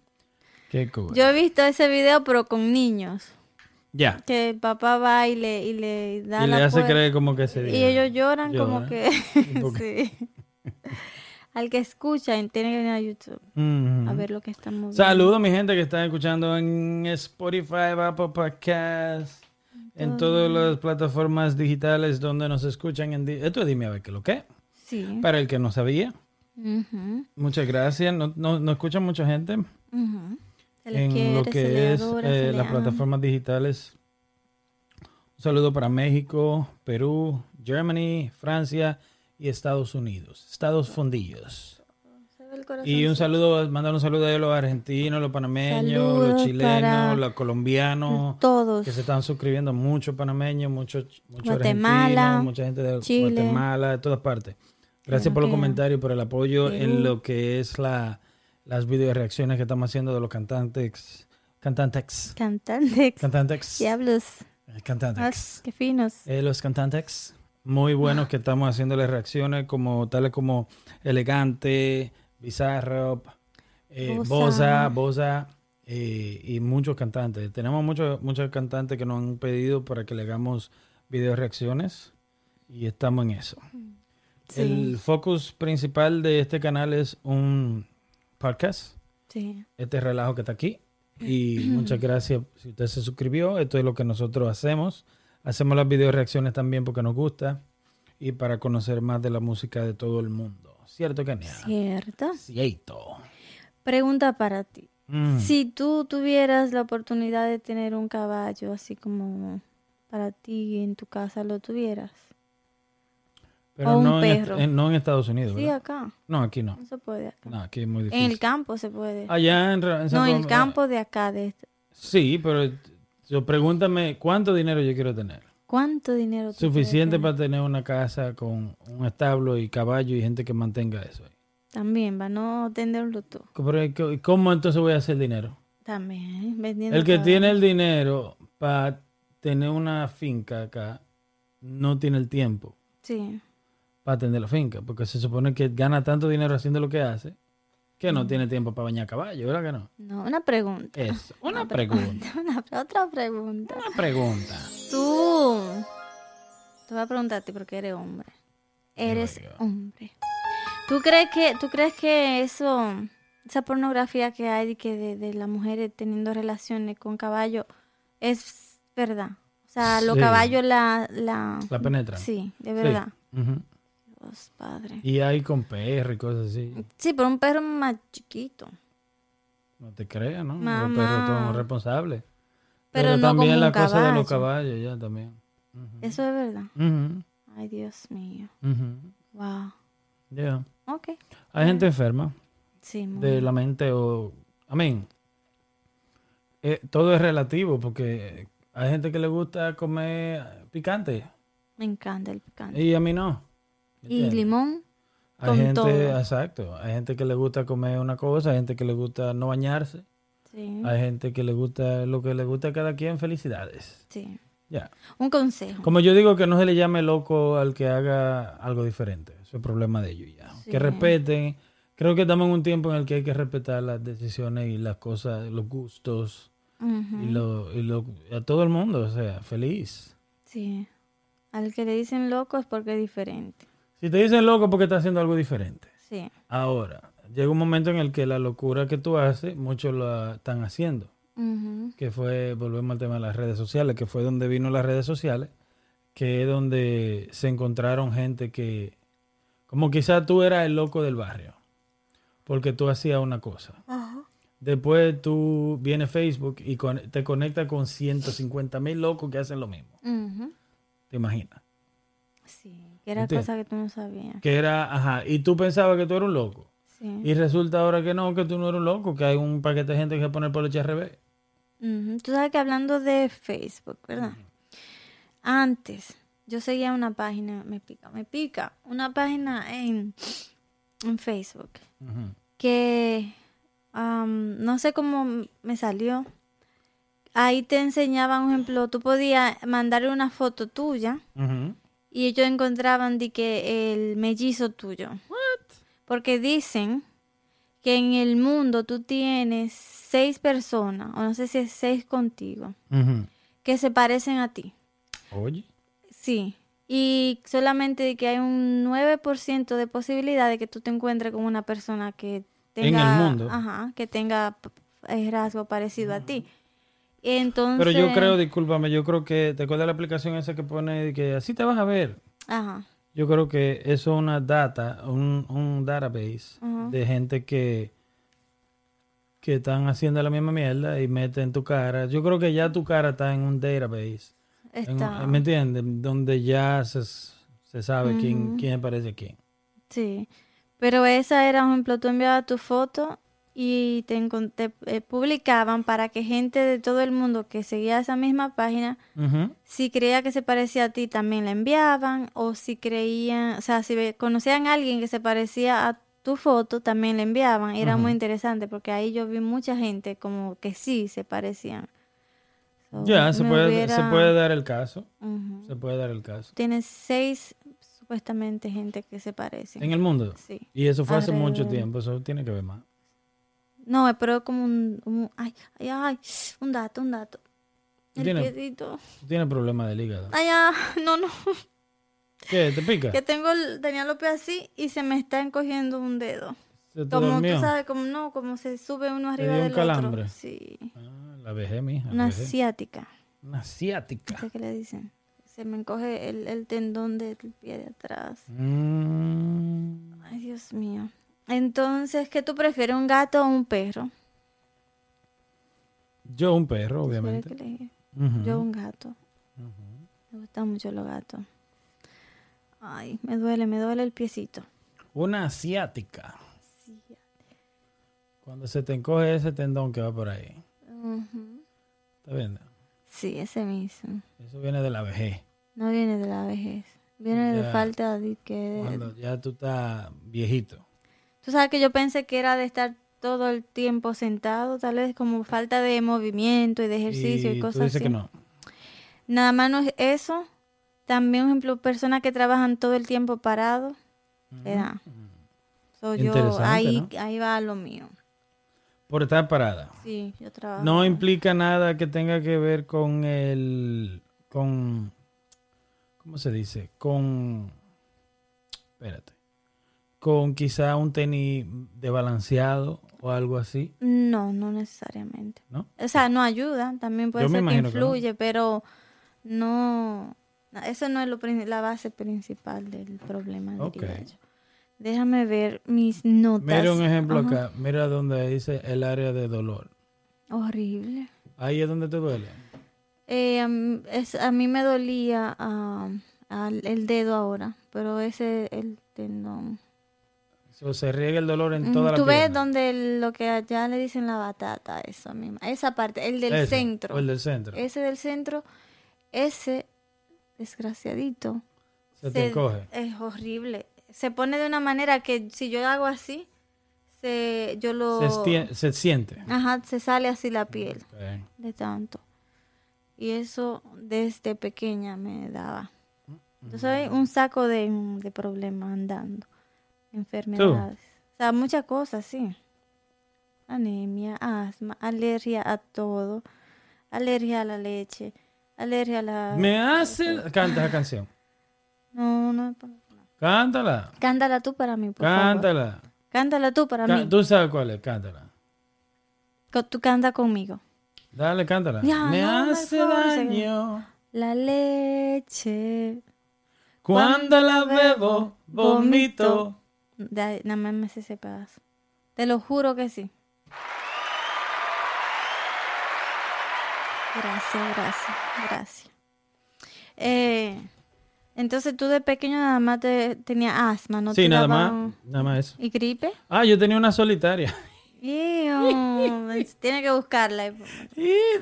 A: Qué cool.
B: Yo he visto ese video pero con niños.
A: ya.
B: Que el papá va y le, y le da
A: Y le
B: la
A: hace
B: puer-
A: creer como que ¿eh? se
B: Y
A: dio.
B: ellos lloran como
A: Lloran.
B: que...
A: ¿Por
B: sí. Al que escucha tiene que venir a YouTube
A: Ujú.
B: a ver lo que estamos viendo.
A: Saludos, mi gente que está escuchando en Spotify, Apple Podcast, en todas las plataformas digitales donde nos escuchan. En di- Esto es dime a ver qué lo que.
B: Sí.
A: Para el que no sabía,
B: Ujú,
A: muchas gracias. No, no, no escucha mucha gente
B: ujú. Se le
A: en
B: quiere,
A: lo
B: se
A: que
B: le
A: es
B: adora,
A: eh,
B: se le
A: las
B: ama.
A: plataformas digitales. Un saludo para México, Perú, Germany, Francia y Estados Unidos. Estados fundillos.
B: Se ve el corazón.
A: Y un saludo, mandar un saludo a los argentinos, los panameños, los
B: Saludos
A: chilenos,
B: para
A: los colombianos,
B: Todos.
A: que se están suscribiendo, muchos panameños, muchos mucho
B: Guatemala,
A: argentinos, mucha gente de
B: Chile.
A: Guatemala, de todas partes. Gracias
B: Claro
A: por los
B: que-
A: comentarios, por el apoyo en
B: Perú.
A: lo que es la, las video reacciones que estamos haciendo de los cantantes, cantantes,
B: Cantantes.
A: cantantes,
B: Diablos. Ah,
A: cantantes.
B: qué finos.
A: Eh, los cantantes muy buenos que estamos haciéndoles reacciones como tales como Elegante, Bizarro, eh,
B: Bosa.
A: Bosa, Bosa eh, y muchos cantantes. Tenemos muchos muchos cantantes que nos han pedido para que le hagamos video reacciones y estamos en eso.
B: Sí.
A: El focus principal de este canal es un podcast,
B: Sí.
A: este relajo que está aquí. Y muchas gracias si usted se suscribió. Esto es lo que nosotros hacemos. Hacemos las video reacciones también porque nos gusta y para conocer más de la música de todo el mundo. ¿Cierto, Kenia?
B: Cierto.
A: Cierto.
B: Pregunta para ti.
A: Mm.
B: Si tú tuvieras la oportunidad de tener un caballo así como para ti en tu casa lo tuvieras.
A: Pero
B: o un
A: no, en est-
B: perro.
A: en- no en Estados Unidos.
B: Sí,
A: ¿verdad?
B: acá.
A: No, aquí no.
B: No se puede acá.
A: No, aquí es muy difícil. Ah,
B: En el campo se puede.
A: Allá en, Ra- en Santo
B: No, en el
A: Domingo-
B: campo de acá. De este.
A: Sí, pero yo pregúntame cuánto dinero yo quiero tener.
B: ¿Cuánto dinero tú quieres
A: Suficiente
B: tener?
A: para tener una casa con un establo y caballo y gente que mantenga eso. ahí.
B: También, va no tenerlo tú.
A: Pero, ¿y co- ¿Cómo entonces voy a hacer dinero?
B: También, vendiendo.
A: El que
B: caballo.
A: tiene el dinero para tener una finca acá no tiene el tiempo
B: Sí,
A: para atender la finca, porque se supone que gana tanto dinero haciendo lo que hace que
B: Mm.
A: no tiene tiempo para bañar caballo, ¿verdad que no?
B: no, una pregunta.
A: Es una pregunta,
B: Una pre- otra pregunta.
A: una pregunta.
B: Tú. Te voy a preguntarte porque eres hombre. Eres hombre. ¿Tú crees que, tú crees que eso, esa pornografía que hay de que de, de las mujeres teniendo relaciones con caballos es verdad? O sea, los
A: Sí.
B: caballos la, la,
A: La penetran.
B: Sí, de
A: Sí.
B: verdad.
A: Ujú.
B: Dios padre.
A: Y hay con perro y cosas así.
B: Sí, pero un perro más chiquito.
A: No te creas, ¿no? Los
B: Mamá.
A: perros son responsables.
B: Pero
A: Pero,
B: no
A: también
B: como un
A: la cosa de los
B: caballo.
A: caballos, ya también. Ujú.
B: Eso es verdad.
A: Ujú,
B: Ay, Dios mío.
A: ujú.
B: Wow.
A: Ya.
B: Ok.
A: Hay gente enferma
B: Sí, muy
A: de la mente o... Amén. Eh, todo es relativo porque hay gente que le gusta comer picante
B: Me encanta el picante.
A: y a mí no.
B: Y limón.
A: Hay
B: con
A: gente,
B: todo.
A: exacto, hay gente que le gusta comer una cosa, hay gente que le gusta no bañarse,
B: Sí.
A: hay gente que le gusta lo que le gusta a cada quien, felicidades.
B: sí.
A: Ya.
B: Un consejo.
A: Como yo digo, que no se le llame loco al que haga algo diferente. Eso es el problema de ellos ya.
B: Sí.
A: Que respeten. Creo que estamos en un tiempo en el que hay que respetar las decisiones y las cosas, los gustos
B: Ujú.
A: y, lo, y lo- a todo el mundo. O sea, feliz.
B: Sí. Al que le dicen loco es porque es diferente.
A: Si te dicen loco porque estás haciendo algo diferente.
B: Sí.
A: Ahora, llega un momento en el que la locura que tú haces, muchos la están haciendo.
B: Ujú.
A: que fue, volvemos al tema de las redes sociales, que fue donde vino las redes sociales, que es donde se encontraron gente que, como quizás tú eras el loco del barrio, porque tú hacías una cosa. Después tú viene Facebook y con- te conecta con 150 mil locos que hacen lo mismo,
B: Ujú.
A: te imaginas.
B: Sí. Que era
A: Entiendo.
B: cosa que tú no sabías.
A: Que era, ajá, y tú pensabas que tú eras un loco.
B: Sí.
A: Y resulta ahora que no, que tú no eres un loco, que hay un paquete de gente que se pone por el revés.
B: Ujú. Tú sabes que hablando de Facebook, ¿verdad? Antes, yo seguía una página, me pica, me pica, una página en, en Facebook
A: Ujú.
B: que am, no sé cómo m- me salió. Ahí te enseñaban, un ejemplo, tú podías mandarle una foto tuya
A: Ujú.
B: y ellos encontraban de que el mellizo tuyo. Porque dicen que en el mundo tú tienes seis personas, o no sé si es seis contigo,
A: Ujú.
B: que se parecen a ti.
A: Oye.
B: Sí. Y solamente de que hay un 9% de posibilidad de que tú te encuentres con una persona que
A: En el
B: tenga,
A: mundo.
B: ajá, que tenga p- eh, rasgo parecido a ti. Entonces,
A: Pero yo creo, discúlpame, yo creo que, ¿te acuerdas la aplicación esa que pone de que así te vas a ver?
B: ajá,
A: Yo creo que eso es una data, un, un database
B: Ujú.
A: de gente que, que están haciendo la misma mierda y meten tu cara. Yo creo que ya tu cara está en un database, en un-
B: está,
A: ¿me entiendes? Donde ya se, se sabe quién, quién parece a quién.
B: sí. Pero esa era, por ejemplo, tú enviabas tu foto y te, encon- te, eh, publicaban para que gente de todo el mundo que seguía esa misma página
A: Ujú.
B: si creía que se parecía a ti, también la enviaban. O si creían, o sea, si ve- conocían a alguien que se parecía a tu foto, también la enviaban. Era muy interesante porque ahí yo vi mucha gente como que sí se parecían. So,
A: Ya, se
B: me
A: puede, se
B: hubiera-
A: puede dar el caso,
B: Ujú.
A: se puede dar el caso.
B: Tienes seis, supuestamente, gente que se parecen.
A: En el mundo.
B: Sí.
A: Y eso fue hace mucho
B: Alrededor.
A: tiempo, eso tiene que ver más.
B: No, pero es como un, un- ay, ay, ay, un dato, un dato. El
A: Tiene-
B: piecito.
A: Tú tienes problemas del hígado.
B: Ay, ah, no, no.
A: ¿Qué? ¿Te pica?
B: Que tengo, el- tenía los pies así y se me está encogiendo un dedo.
A: ¿Se te
B: Como
A: durmió?
B: tú sabes, como no, como se sube uno
A: Te
B: arriba
A: dio un
B: del
A: calambre.
B: otro. Sí.
A: Ah, la vejé, mija. la
B: Una
A: vejez.
B: asiática.
A: Una asiática.
B: ¿Qué que le dicen? Se me encoge el, el tendón del pie de atrás.
A: Mm,
B: Ay, Dios mío. Entonces, ¿qué tú prefieres, un gato o un perro?
A: Yo un perro,
B: Espera
A: obviamente.
B: que le-
A: Ujú.
B: Yo un gato. Me gustan mucho los gatos. Ay, me duele, me duele el piecito.
A: Una asiática. Cuando se te encoge ese tendón que va por ahí.
B: Ujú.
A: ¿Está viendo?
B: Sí, ese mismo.
A: Eso viene de la vejez.
B: No viene de la vejez. Viene
A: Ya.
B: de falta de que...
A: Cuando ya tú estás viejito.
B: Tú sabes que yo pensé que era de estar todo el tiempo sentado, tal vez como falta de movimiento y de ejercicio y,
A: y tú
B: cosas
A: dices
B: así.
A: que no.
B: Nada más no es eso. También, por ejemplo, personas que trabajan todo el tiempo parado. le da. So, yo,
A: Interesante,
B: ahí,
A: ¿no?
B: ahí va lo mío.
A: Por estar parada.
B: Sí, yo trabajo.
A: No implica nada que tenga que ver con el. con. ¿Cómo se dice? Con. Espérate. Con quizá un tenis desbalanceado o algo así,
B: No, no necesariamente.
A: ¿no?
B: O sea, no ayuda, también puede
A: Yo me
B: ser que
A: imagino que no.
B: influye, pero no, no, eso no es lo, prin- la base principal del problema. diría
A: Ok.
B: yo. Déjame ver mis notas.
A: Mira un ejemplo
B: Ajá.
A: acá. Mira donde dice el área de dolor.
B: Horrible.
A: Ahí es donde te duele.
B: Eh, am- es- a mí me dolía ah, al- el dedo ahora, pero ese el tendón.
A: O se riega el dolor en toda
B: Mm,
A: la
B: Tú ves
A: pierna.
B: donde el- lo que allá le dicen la batata, eso mismo. Esa parte, el del
A: Ese,
B: centro.
A: o el del centro.
B: Ese del centro, ese desgraciadito.
A: se te encoge.
B: Es horrible. Se pone de una manera que si yo hago así, se, yo lo...
A: Se, estie- se siente.
B: Ajá, se sale así la piel
A: Ok.
B: de tanto. Y eso desde pequeña me daba.
A: Mm,
B: Yo soy un saco de, de problemas andando. Enfermedades. O sea, muchas cosas, sí. Anemia, asma, alergia a todo. Alergia a la leche. Alergia a la...
A: Me hace. Canta esa canción.
B: No, no. no.
A: Cántala.
B: Cántala tú para mí, por favor.
A: Cántala.
B: Cántala tú para
A: Ca-
B: mí.
A: Tú sabes cuál es, cántala.
B: Co- Tú canta conmigo.
A: Dale, cántala.
B: Ya,
A: me
B: no, no hay
A: hace
B: forma,
A: daño
B: La leche.
A: cuando la bebo,
B: bebo,
A: vomito.
B: vomito. Da- nada más me sé ese pedazo. Te lo juro que sí. Gracias, gracias, gracias. Eh, entonces tú de pequeño nada más te, tenías asma, ¿no?
A: sí,
B: te
A: nada
B: daba-
A: más, nada más eso.
B: ¿Y gripe?
A: Ah, yo tenía una solitaria.
B: Ew, tiene que buscarla.
A: Y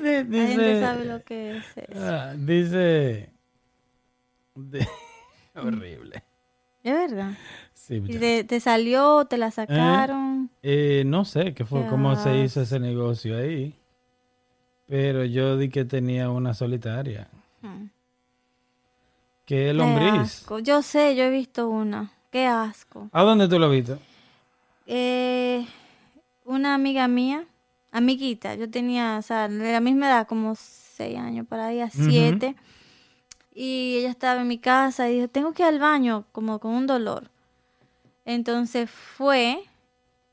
A: de-
B: La gente sabe
A: dice,
B: lo que es eso.
A: ah, dice, de- horrible.
B: Es verdad.
A: Sí,
B: ¿Y
A: ya.
B: de- te salió? ¿Te la sacaron?
A: Eh, no sé qué fue, cómo se
B: Ya.
A: hizo ese negocio ahí, pero yo di que tenía una solitaria,
B: Hmm.
A: que es
B: Qué
A: lombriz.
B: asco. Yo sé, yo he visto una. Qué asco.
A: ¿A dónde tú lo viste?
B: Eh, una amiga mía, amiguita, yo tenía, o sea, de la misma edad, como seis años, para ahí, a siete. Y ella estaba en mi casa y dijo, tengo que ir al baño, como con un dolor. Entonces fue,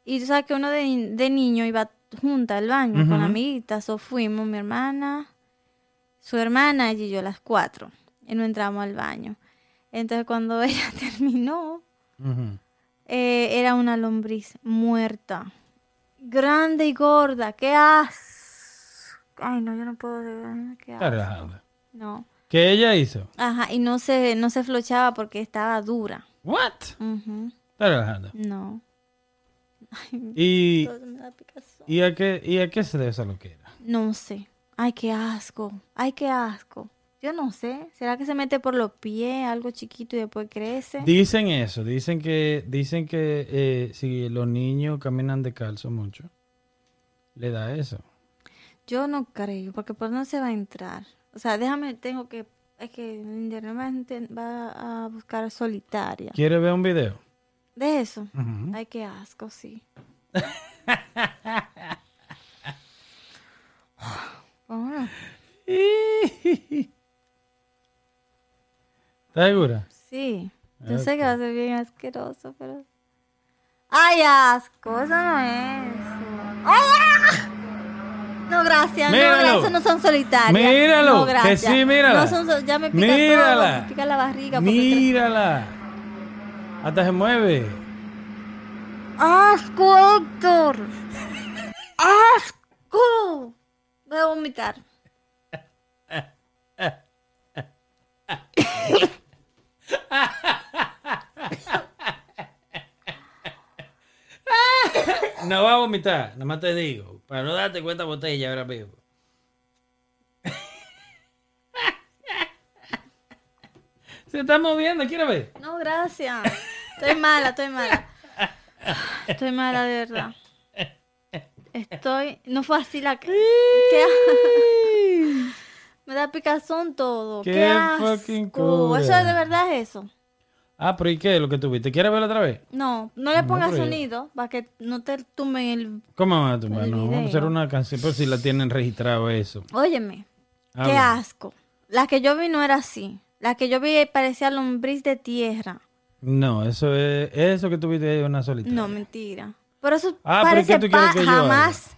B: y tú sabes que uno de, ni- de niño iba junta al baño con
A: Ujú.
B: amiguitas, o fuimos, mi hermana, su hermana y yo, las cuatro, y no entramos al baño. Entonces cuando ella terminó,
A: Ujú.
B: eh, era una lombriz muerta. Grande y gorda. ¡Qué asco! Ay, no, yo no puedo. de verdad, qué
A: Está
B: asco.
A: relajando.
B: No.
A: ¿Qué ella hizo?
B: Ajá, y no se, no se flochaba porque estaba dura.
A: What?
B: Ujú,
A: Está relajando.
B: No.
A: ¿Y,
B: Todo me da picazón.
A: y, a qué, ¿Y a qué se debe esa loquera?
B: No sé. Ay, qué asco. Ay, qué asco. Yo no sé. ¿Será que se mete por los pies algo chiquito y después crece?
A: Dicen eso, dicen que, dicen que eh, si los niños caminan descalzo mucho, le da eso.
B: Yo no creo, porque por no se va a entrar. O sea, déjame, tengo que. Es que en internet va a enten- va a buscar solitaria.
A: ¿Quiere ver un video?
B: De eso.
A: Ujú.
B: Ay, qué asco, sí. Ah,
A: ¿Estás segura?
B: sí. Yo sé que va a ser bien asqueroso, pero. ¡Ay, asco! Eso no es. ¡Ah! No, gracias.
A: Míralo.
B: No, gracias. No son solitarias.
A: Míralo,
B: No,
A: que
B: gracias.
A: sí, mírala.
B: No son sol- Ya me pica todo,
A: Mírala.
B: me pica la barriga. porque-
A: Mírala. Hasta se mueve.
B: ¡Asco, Héctor! ¡Asco! Voy a vomitar.
A: No va a vomitar, nada más te digo. Para no darte cuenta botella ahora mismo. Se está moviendo, quiero ver.
B: No, gracias. Estoy mala, estoy mala. Estoy mala, de verdad. Estoy. No fue así la que. ¿Qué? Me da picazón todo.
A: Qué
B: ¡Qué, asco!
A: fucking cura.
B: Eso es de verdad es eso.
A: Ah, pero ¿y qué es lo que tuviste? ¿Quieres verlo otra vez?
B: No, no le pongas
A: pero-
B: sonido para que no te tumben el.
A: ¿Cómo vamos a tumbar?
B: El
A: No, vamos a
B: video.
A: hacer una canción, pero si la tienen registrado eso.
B: Óyeme, qué
A: Habla.
B: asco. La que yo vi no era así. La que yo vi parecía lombriz de tierra.
A: No, eso es eso que tuviste ahí es una solitaria.
B: No, mentira. Pero eso
A: Ah, pero ¿y qué
B: parece
A: tú quieres
B: pa-
A: que yo haga?
B: jamás,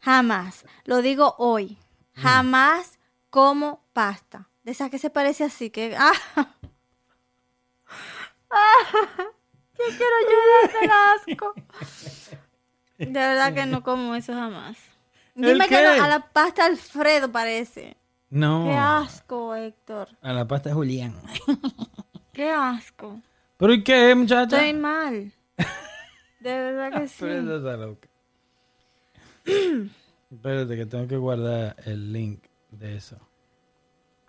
B: jamás, lo digo hoy,
A: Mm.
B: jamás como pasta. De esa que se parece así, que... ¡Ah! ¡Ah! Yo quiero llorar del asco. De verdad que no como eso jamás.
A: ¿El
B: Dime que
A: qué?
B: no, a la pasta Alfredo parece.
A: No.
B: Qué asco, Héctor.
A: A la pasta Julián.
B: Qué asco.
A: ¿Pero y qué, muchacha? Ah,
B: Estoy mal. De verdad que sí.
A: Pero esa está loca. Espérate que tengo que guardar el link de eso.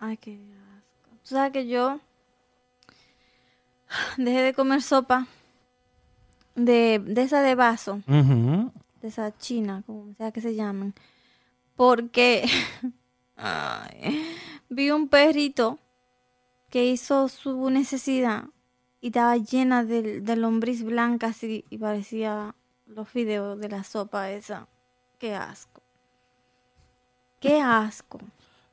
B: Ay, qué asco. Tú sabes que yo dejé de comer sopa de, de esa de vaso,
A: Ujú.
B: de esa china, como sea que se llamen, porque ay, vi un perrito que hizo su necesidad y estaba llena de, de lombriz blanca así, y parecía los fideos de la sopa esa. Qué asco. Qué asco.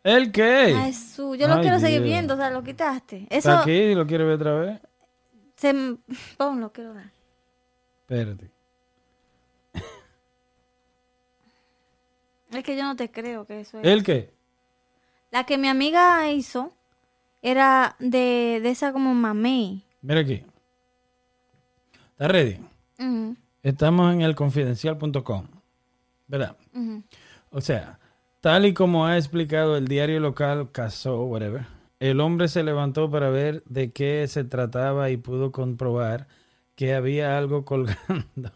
A: ¿El qué?
B: Jesús, yo lo
A: Ay,
B: quiero seguir
A: Dios.
B: viendo, o sea, lo quitaste.
A: ¿Está
B: Eso
A: aquí y lo quiere ver otra vez?
B: se m- ponlo, quiero ver.
A: Espérate.
B: Es que yo no te creo que eso es.
A: ¿El qué?
B: La que mi amiga hizo era de, de esa como mamey.
A: Mira aquí. ¿Está ready?
B: Ujú,
A: Estamos en el confidencial.com. ¿Verdad?
B: ujú.
A: O sea, tal y como ha explicado el diario local Casó, whatever, el hombre se levantó para ver de qué se trataba y pudo comprobar que había algo colgando.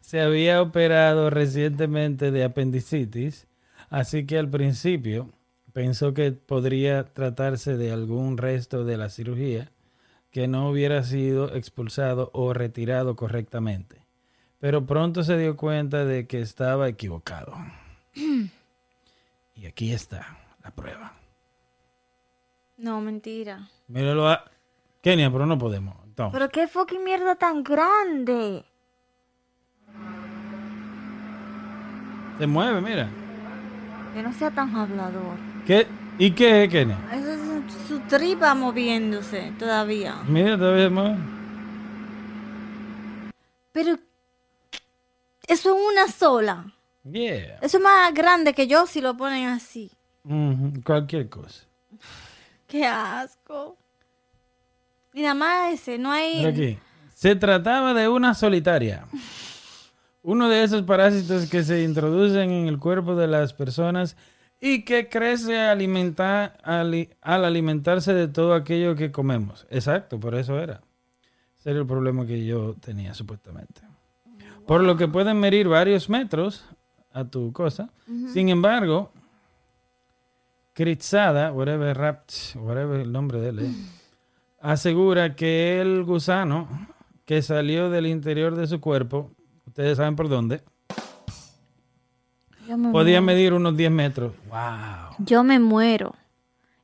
A: se había operado recientemente de apendicitis, así que al principio pensó que podría tratarse de algún resto de la cirugía que no hubiera sido expulsado o retirado correctamente pero pronto se dio cuenta de que estaba equivocado. y aquí está la prueba.
B: No, mentira.
A: Míralo a Kenia, pero no podemos. Entonces,
B: Pero qué fucking mierda tan grande.
A: se mueve, mira.
B: Que no sea tan hablador.
A: ¿Qué? ¿Y qué es Kenia?
B: Eso es su, su tripa moviéndose todavía.
A: Mira, todavía se mueve.
B: Pero eso es una sola.
A: Yeah.
B: Eso es más grande que yo si lo ponen así.
A: Ujú, Cualquier cosa.
B: Qué asco. Y nada más ese, no hay.
A: Mira aquí. Se trataba de una solitaria. Uno de esos parásitos que se introducen en el cuerpo de las personas y que crece alimenta- ali- al alimentarse de todo aquello que comemos. Exacto, por eso era. Ese era el problema que yo tenía supuestamente. Por lo que pueden medir varios metros a tu cosa. Sin embargo, Kritzada, whatever, Rapt, whatever el nombre de él eh, es, asegura que el gusano que salió del interior de su cuerpo, ustedes saben por dónde,
B: Yo me,
A: podía medir unos 10 metros. ¡Wow!
B: yo me muero.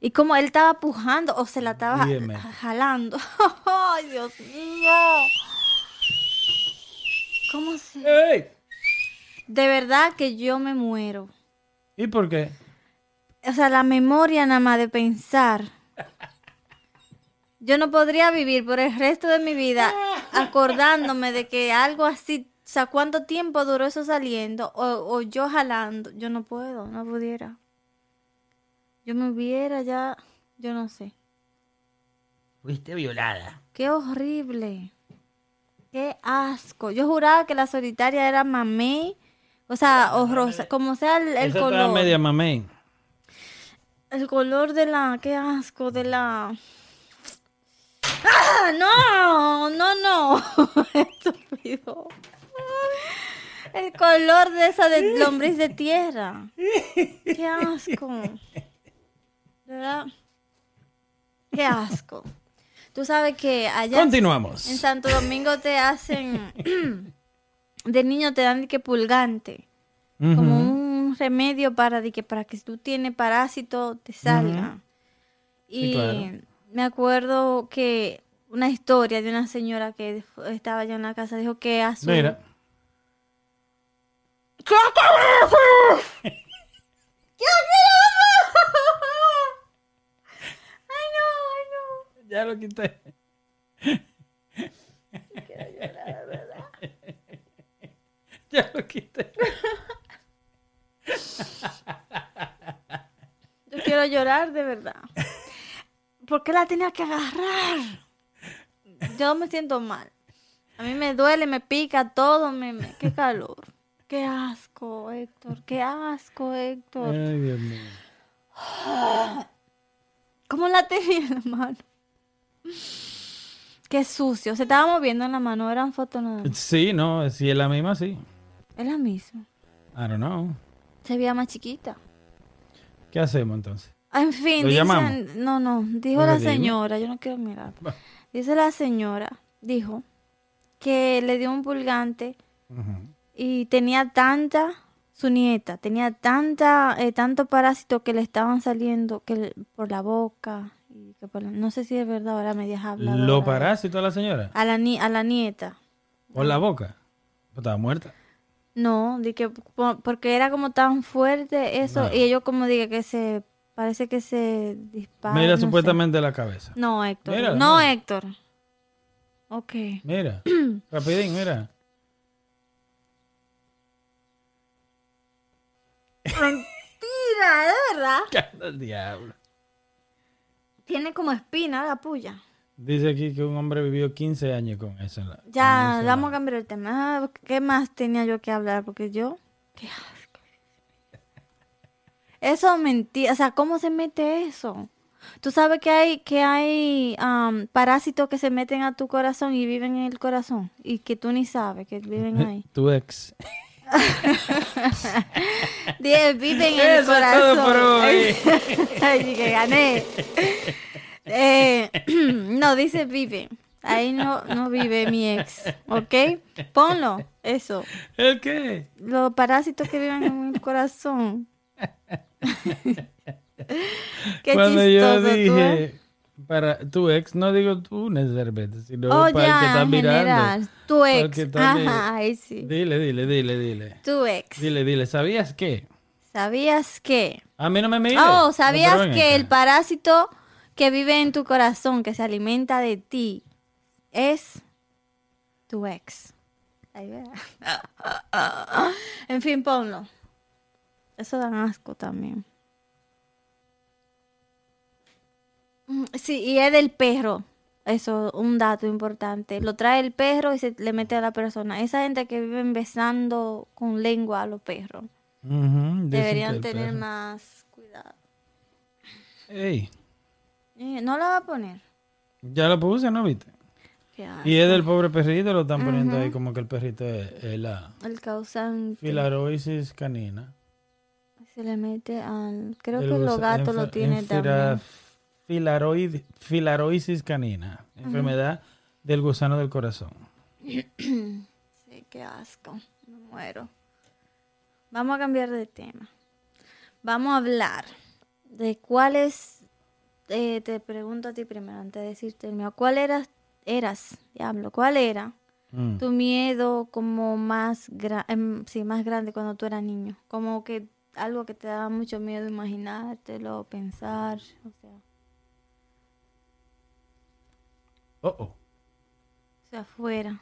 B: Y como él estaba pujando o se la estaba
A: Dígame.
B: jalando. ¡Ay, Dios mío! ¿Cómo se?
A: ¡Ey!
B: De verdad que yo me muero.
A: ¿Y por qué?
B: O sea, la memoria nada más de pensar. Yo no podría vivir por el resto de mi vida acordándome de que algo así, o sea, cuánto tiempo duró eso saliendo o, o yo jalando. Yo no puedo, no pudiera. Yo me hubiera ya, yo no sé.
D: Fuiste violada.
B: Qué horrible. Qué asco. Yo juraba que la solitaria era mamey. O sea, o rosa, como sea el, el
A: Esa estaba
B: color.
A: media mamey.
B: El color de la. Qué asco, de la. ¡Ah! ¡No! ¡No, no! Estúpido. El color de esa de lombriz de tierra. ¡Qué asco! ¿Verdad? ¡Qué asco! Tú sabes que allá en- en
A: Continuamos.
B: Santo Domingo te hacen. de niño te dan de que pulgante como
A: Ujú.
B: un remedio para de que para que si tú tienes parásito te salga.
A: Sí,
B: Y
A: claro.
B: me acuerdo que una historia de una señora que fu- estaba allá en la casa dijo que a su
A: Mira.
B: Ay
A: Ya lo quité. Ya lo quité.
B: no, ay no. Yo quiero llorar de verdad. ¿Por qué la tenía que agarrar? Yo me siento mal. A mí me duele, me pica todo, me, me- qué calor. Qué asco, Héctor, qué asco, Héctor.
A: Ay, Dios mío.
B: ¿Cómo la tenía en la mano? Qué sucio. Se estaba moviendo en la mano, eran fotos nada más.
A: Sí, no, si es la misma, sí.
B: Es la misma.
A: I don't know.
B: Se veía más chiquita.
A: ¿Qué hacemos entonces?
B: Ah, En fin,
A: ¿Lo
B: dicen-
A: llamamos?
B: no, no, dijo
A: ¿No
B: la
A: le dimos?
B: señora, yo no quiero mirar.
A: Va.
B: Dice la señora, dijo que le dio un pulgante
A: Ujú.
B: y tenía tanta, su nieta, tenía tanta, eh, tanto parásito que le estaban saliendo que le- por la boca. Y que por la- no sé si es verdad, ahora medias habladoras.
A: ¿Lo parásito a la señora?
B: A la, ni- a la nieta.
A: ¿Por la boca? Pues Estaba muerta.
B: No, di que po- porque era como tan fuerte eso
A: No.
B: y ellos como dije que se parece que se dispara.
A: Mira
B: no sé.
A: supuestamente la cabeza.
B: No, Héctor.
A: Mira,
B: no,
A: mira.
B: Héctor. Ok.
A: Mira, rapidín, mira.
B: Mentira, de verdad.
A: el diablo.
B: Tiene como espina la puya.
A: Dice aquí que un hombre vivió 15 años con eso. en la- con
B: Ya,
A: eso en la-
B: vamos a cambiar el tema. Ah, ¿Qué más tenía yo que hablar? Porque yo... Qué asco. Eso mentira. O sea, ¿cómo se mete eso? Tú sabes que hay, que hay am, parásitos que se meten a tu corazón y viven en el corazón. Y que tú ni sabes que viven ahí.
A: Tu ex.
B: Die- viven en el
A: Eso es todo por
B: corazón.
A: hoy.
B: Ay, que gané. Eh, no, dice vive. Ahí no, no vive mi ex. ¿Ok? Ponlo. Eso.
A: ¿El qué?
B: Los parásitos que viven en el corazón. Qué
A: Cuando
B: chistoso
A: yo
B: tú,
A: dije
B: ¿eh?
A: para tu ex, no digo tú necesariamente, sino para
B: Oh,
A: el que
B: ya,
A: está
B: en general.
A: mirando.
B: Tu
A: Para el
B: ex.
A: que está mi-
B: Ajá, ahí sí.
A: Dile, dile, dile, dile.
B: Tu ex.
A: Dile, dile, ¿sabías qué?
B: ¿Sabías que?
A: A mí no me mires.
B: Oh,
A: No,
B: ¿sabías
A: pero ven
B: que
A: acá.
B: el parásito que vive en tu corazón, que se alimenta de ti, es tu ex? Ahí va. en fin, ponlo. Eso da asco también. Mm, Sí, y es del perro. Eso, un dato importante. Lo trae el perro y se le mete a la persona. Esa gente que vive besando con lengua a los perros.
A: Ujú, dicen
B: Deberían
A: que el
B: tener
A: perro-
B: más cuidado.
A: Ey,
B: Eh, No la va a poner.
A: ya lo puse, ¿no viste?
B: Qué
A: Y
B: asco.
A: es del pobre perrito, lo están poniendo ahí como que el perrito es, es la
B: El causante
A: filaroisis canina.
B: se le mete al... Creo
A: El
B: que los
A: gusa-
B: gatos lo
A: enfer-
B: tienen
A: enfira-
B: también.
A: filaroid- filaroisis canina, enfermedad del gusano del corazón.
B: Sí, qué asco. Me muero. Vamos a cambiar de tema. Vamos a hablar de cuáles... eh, te pregunto a ti primero antes de decirte el mío. ¿Cuál eras? Eras, diablo. ¿Cuál era
A: Mm.
B: tu miedo como más, gra- em, sí, más grande cuando tú eras niño. Como que algo que te daba mucho miedo imaginártelo, pensar, o sea, o
A: Oh, oh.
B: sea, afuera.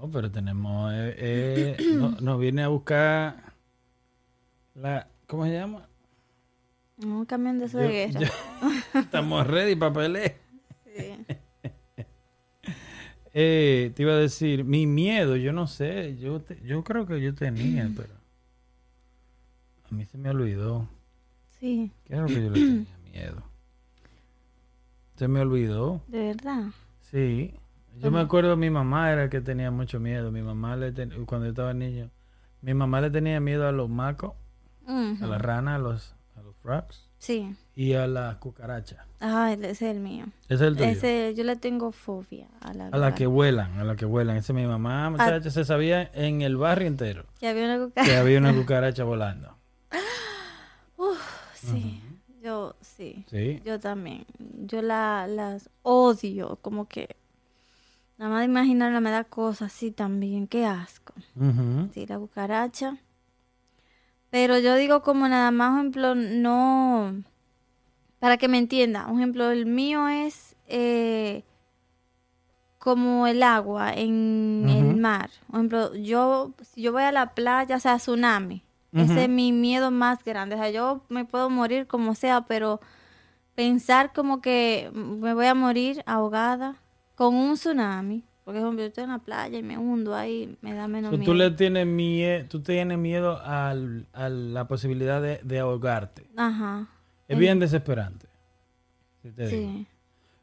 A: Oh, pero tenemos. eh, eh, no- nos viene a buscar. la ¿Cómo se llama?
B: Un camión de eso
A: Yo-
B: de guerra.
A: yo- estamos ready para pelear.
B: Sí.
A: Eh, te iba a decir, mi miedo, yo no sé. Yo, te- yo creo que yo tenía, pero. A mí se me olvidó.
B: sí,
A: ¿Qué era lo que yo le tenía miedo? Se me olvidó.
B: de verdad.
A: Sí. Yo me acuerdo, mi mamá era el que tenía mucho miedo. Mi mamá, le ten- cuando yo estaba niño, mi mamá le tenía miedo a los macos,
B: Ujú,
A: a las ranas, a los, a los frogs
B: Sí.
A: y a las cucarachas.
B: Ah, ese es el mío.
A: Ese es el tuyo.
B: Ese, yo le tengo fobia a la,
A: A las que
B: cucaracha.
A: vuelan, a las que vuelan. Esa es mi mamá, muchacha, se sabía en el barrio entero
B: Que había una cucaracha.
A: que había una cucaracha volando.
B: Sí, yo sí.
A: Sí.
B: Yo también. Yo la, las odio, como que nada más de imaginarla me da cosas así también. Qué asco.
A: Ujú.
B: Sí, la cucaracha. Pero yo digo como nada más, un ejemplo, no... Para que me entienda, un ejemplo, el mío es eh, como el agua en el
A: Ujú.
B: mar. Por ejemplo, yo, si yo voy a la playa, o sea, tsunami,
A: Ujú.
B: ese es mi miedo más grande. O sea, yo me puedo morir como sea, pero pensar como que me voy a morir ahogada con un tsunami, porque por ejemplo, yo estoy en la playa y me hundo ahí, me da menos
A: So,
B: miedo.
A: tú le tienes miedo, tú tienes miedo al- a la posibilidad de, de ahogarte.
B: Ajá,
A: Es bien desesperante. Sí te digo.
B: sí.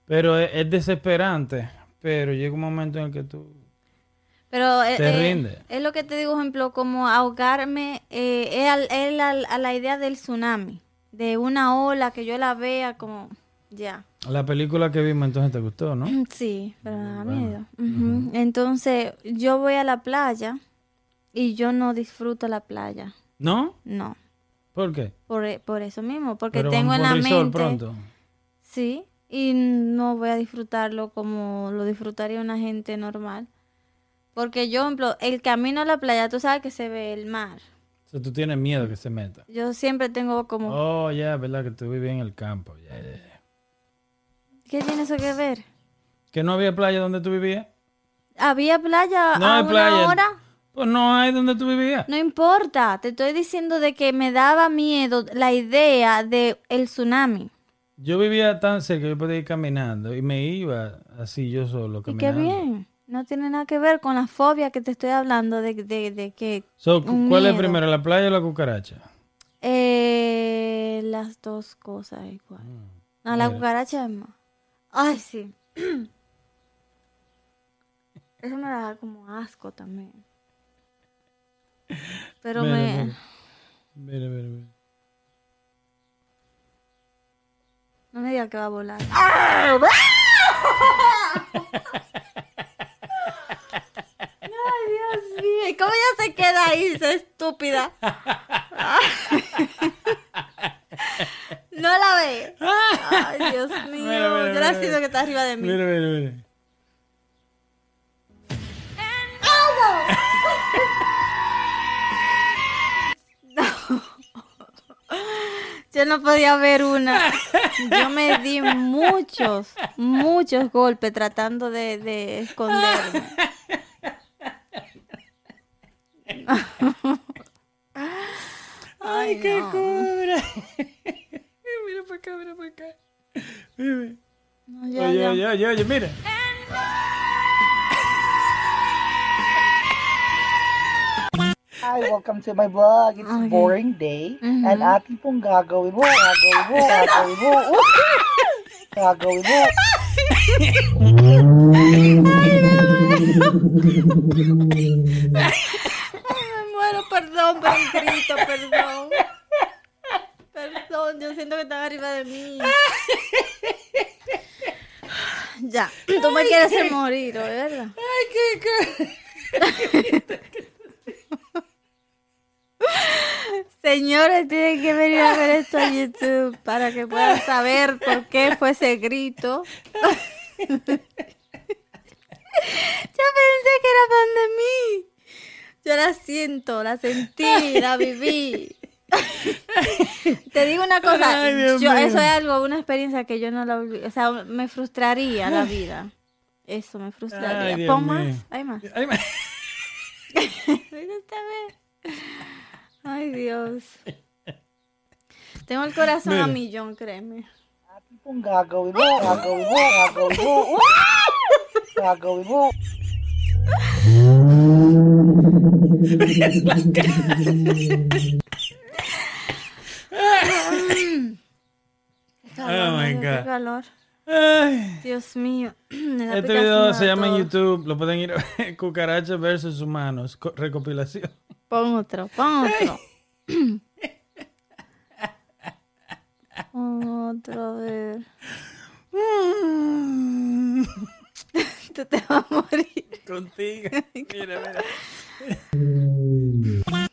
A: Pero es, es desesperante. Pero llega un momento en el que tú.
B: Pero eh,
A: Te
B: eh,
A: rinde.
B: es lo que te digo, ejemplo, como ahogarme, eh, es, al- es al- a la idea del tsunami, de una ola que yo la vea como, ya.
A: La película que vimos entonces te gustó, ¿no?
B: Sí, pero me da miedo. Ujú. Entonces, yo voy a la playa y yo no disfruto la playa,
A: ¿No?
B: no.
A: ¿Por qué?
B: Por, por eso mismo, porque
A: Pero
B: tengo
A: vamos
B: en
A: por
B: la
A: Resort
B: mente...
A: pronto.
B: Sí, y no voy a disfrutarlo como lo disfrutaría una gente normal. Porque yo, por ejemplo, el camino a la playa, tú sabes que se ve el mar.
A: O sea, tú tienes miedo que se meta.
B: Yo siempre tengo como,
A: Oh, ya, verdad que tú vivías en el campo. ya, ya, ya.
B: ¿qué tiene eso que ver?
A: ¿Que no había playa donde tú vivías?
B: ¿Había playa
A: No
B: a
A: hay
B: una
A: playa.
B: hora?
A: Pues no hay donde tú vivías.
B: No importa, te estoy diciendo de que me daba miedo la idea de el tsunami.
A: Yo vivía tan cerca, yo podía ir caminando y me iba así yo solo
B: Y qué
A: caminando.
B: bien, no tiene nada que ver con la fobia que te estoy hablando de, de, de que
A: So, cu-
B: Un
A: ¿Cuál es
B: miedo.
A: primero, la playa o la cucaracha?
B: Eh, las dos cosas igual. No, la cucaracha es más. Ay, sí. Eso me da como asco también. Pero
A: Mira,
B: me...
A: mira. Mira, mira, mira.
B: No me diga que va a volar. Ay, Dios mío. ¿Y cómo ya se queda ahí, esa estúpida? No la ve. Ay, Dios mío.
A: Mira, mira,
B: Yo la
A: mira,
B: siento que está arriba de mí.
A: Mira, mira, mira.
B: Yo no podía ver una. Yo me di muchos, muchos golpes tratando de, de esconderme.
A: ¡Ay, qué
B: no.
A: cobra! mira para acá, mira para acá. Mira.
B: No, ya,
A: Oye,
B: ya. Eh.
A: oye, oye, oye, mira.
E: Hi, welcome to my vlog. It's a boring day. And ating pong gagawin mo, gagawin mo, gagawin mo. Woo! Gagawin mo.
B: Ay, me muero, perdón por el grito, perdón. Perdón, yo siento que estaba arriba de mí. Ya, tú me quieres hacer morir, ¿o es ¿verdad? Señores, tienen que venir a ver esto a YouTube para que puedan saber por qué fue ese grito. pensé que era pan de mí. Yo la siento, la sentí, la viví. Te digo una cosa,
A: Ay, Dios
B: yo-
A: mío.
B: eso es algo, una experiencia que yo no la olvido. O sea, me frustraría la vida. Eso me
A: Ay,
B: frustraría.
A: Dios
B: Pon
A: mío.
B: más, hay más.
A: Ay, ma-
B: Mira esta vez. Ay, Dios. Tengo el corazón
A: Mira.
B: a millón, créeme.
E: Ati pong gagawin mo, gagawin mo, gagawin mo. Gagawin mo.
B: Qué
A: Oh, my
B: Dios, qué
A: God.
B: calor.
A: Ay.
B: Dios mío. La
A: Este
B: aplicación
A: video
B: para
A: se llama en
B: todo.
A: YouTube, lo pueden ir a ver, Cucarachas versus humanos, co- recopilación.
B: Pon otro, pon otro. Pon otro, a ver. Tú te vas a morir.
A: Contigo. Mira, mira.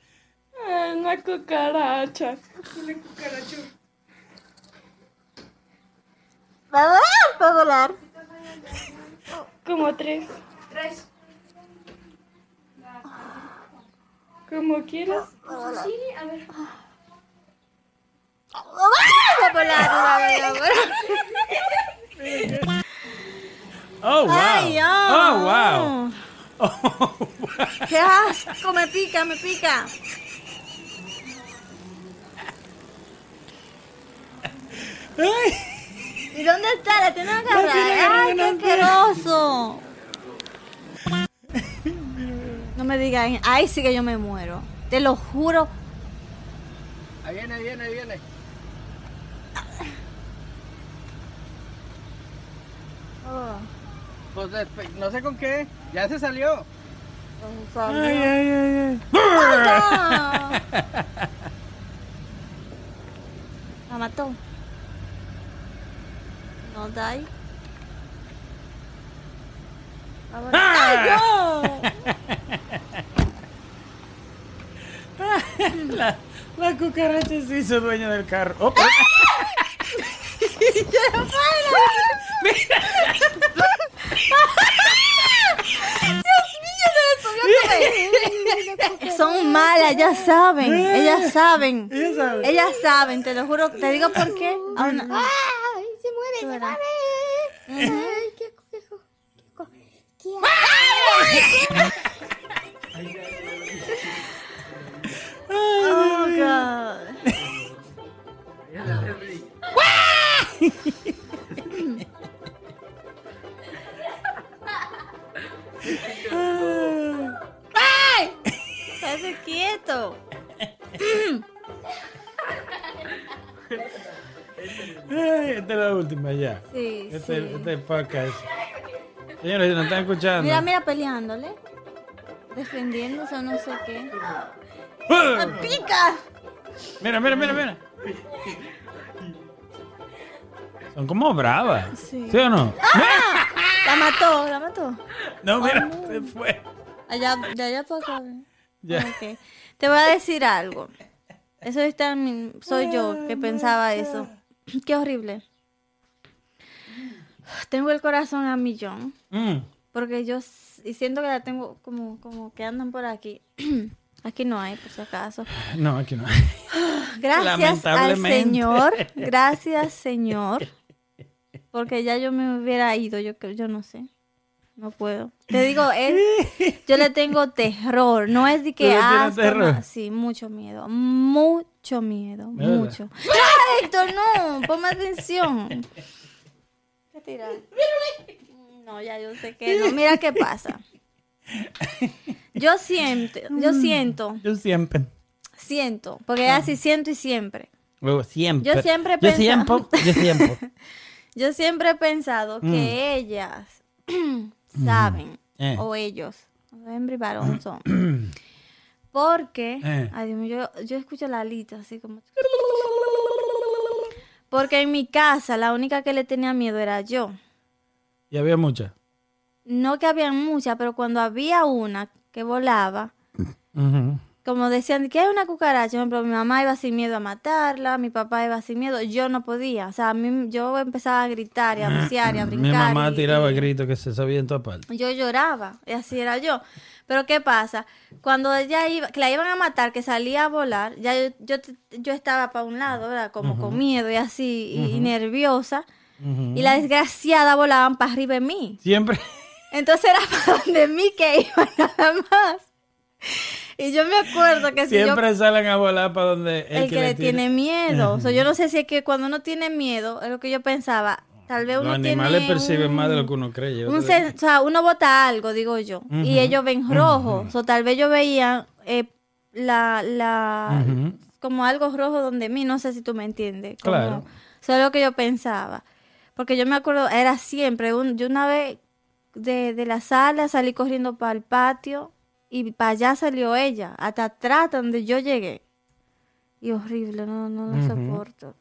F: Una cucaracha.
B: Va a volar, va a volar.
F: Como tres. Tres. Como quieras.
B: Va a volar, va a volar, va a volar.
A: Oh, wow.
B: Ay, ah.
A: oh, wow.
B: oh. ¡Qué asco! Me pica, me pica. ¿Y dónde está? La tiene agarrada. ¡Ay, qué asqueroso! No me digan, ay, sí que yo me muero. Te lo juro.
G: Ahí viene, ahí viene, ahí viene.
B: Oh.
G: Pues despe- no sé con qué. Ya se salió.
A: Ay, ay, ay, ay.
B: La mató. No die. Ahora- ¡Ay,
A: La, la cucaracha se hizo dueña del carro. Oh,
B: no! Son malas, ellas saben, ellas saben,
A: ella sabe.
B: ellas saben, te lo juro, te digo por qué. Ay, se muere, se muere. Oh god. ¡Ay! Estate quieto.
A: Ay, esta es la última ya.
B: Sí,
A: Este,
B: sí.
A: este es podcast. Señores, si nos están escuchando.
B: Mira, mira, peleándole. Defendiéndose o no sé qué. ¡Me
A: ¡Ah!
B: pica!
A: Mira, mira, mira, mira. Son como bravas.
B: Sí. ¡Ah!
A: Sí. o no?
B: La mató, la mató.
A: No, mira,
B: Ah.
A: se fue.
B: Allá, de allá para acá. ¿eh?
A: Ya.
B: Ok. Te voy a decir algo. Eso está en mi- soy yo que pensaba eso. Qué horrible. Tengo el corazón a millón.
A: Mm.
B: Porque yo s- y siento que la tengo como, como que andan por aquí. Aquí no hay, por si acaso.
A: No, aquí no.
B: Gracias al
A: Lamentablemente.
B: Señor. Gracias, Señor. Porque ya yo me hubiera ido, yo creo- yo no sé. No puedo. Te digo, es- yo le tengo terror. No es de
A: ¿Tú
B: que
A: le tienes
B: asco,
A: terror?
B: no. Sí, mucho miedo. Mucho miedo.
A: ¿Verdad?
B: Mucho. ¡No, Héctor, no! Ponme atención. ¿Qué tirar? No, ya yo sé que no. Mira qué pasa. Yo siento, yo
A: Mm.
B: siento,
A: Yo siempre.
B: siento, porque es así siento y siempre.
A: Luego, siempre.
B: Yo siempre
A: Yo
B: pensaba-
A: siempre. Yo siempre.
B: Yo siempre he pensado que ellas saben,
A: Mm. Eh. Mm.
B: o ellos, hembra y varón son. Porque,
A: Eh.
B: ay Dios mío, yo, yo escucho la alita así como... Porque en mi casa la única que le tenía miedo era yo.
A: Y había muchas.
B: No que había muchas, pero cuando había una que volaba,
A: Ujú.
B: como decían, que hay una cucaracha, por ejemplo, mi mamá iba sin miedo a matarla, mi papá iba sin miedo, yo no podía, o sea, a mí- yo empezaba a gritar y a bucear y a
A: Ah, Mi
B: brincar.
A: mamá
B: y-
A: tiraba gritos que se sabía en todas partes.
B: yo lloraba, y así era yo. Pero ¿qué pasa? Cuando ella iba, que la iban a matar, que salía a volar, ya yo, yo, te- yo estaba para un lado, ¿verdad? Como con miedo y así, y, y nerviosa.
A: Ujú.
B: Y la desgraciada volaban para arriba de mí.
A: Siempre.
B: Entonces era para donde mí que iba nada más. Y yo me acuerdo que si yo
A: Siempre salen a volar para donde
B: el que, le tiene miedo. O sea, yo no sé si es que cuando uno tiene miedo, es lo que yo pensaba, tal vez
A: Los
B: uno
A: animales
B: tiene
A: perciben
B: un-
A: más de lo que uno cree. yo
B: un
A: creo.
B: sen- o sea, uno bota algo, digo yo, y ellos ven rojo. O tal vez yo veía eh, la, la
A: Ujú.
B: como algo rojo donde mí, no sé si tú me entiendes. como-
A: Claro.
B: Eso es lo que yo pensaba. Porque yo me acuerdo, era siempre, un- yo una vez de, de la sala salí corriendo para el patio y para allá salió ella, hasta atrás donde yo llegué. Y horrible, no, no lo soporto.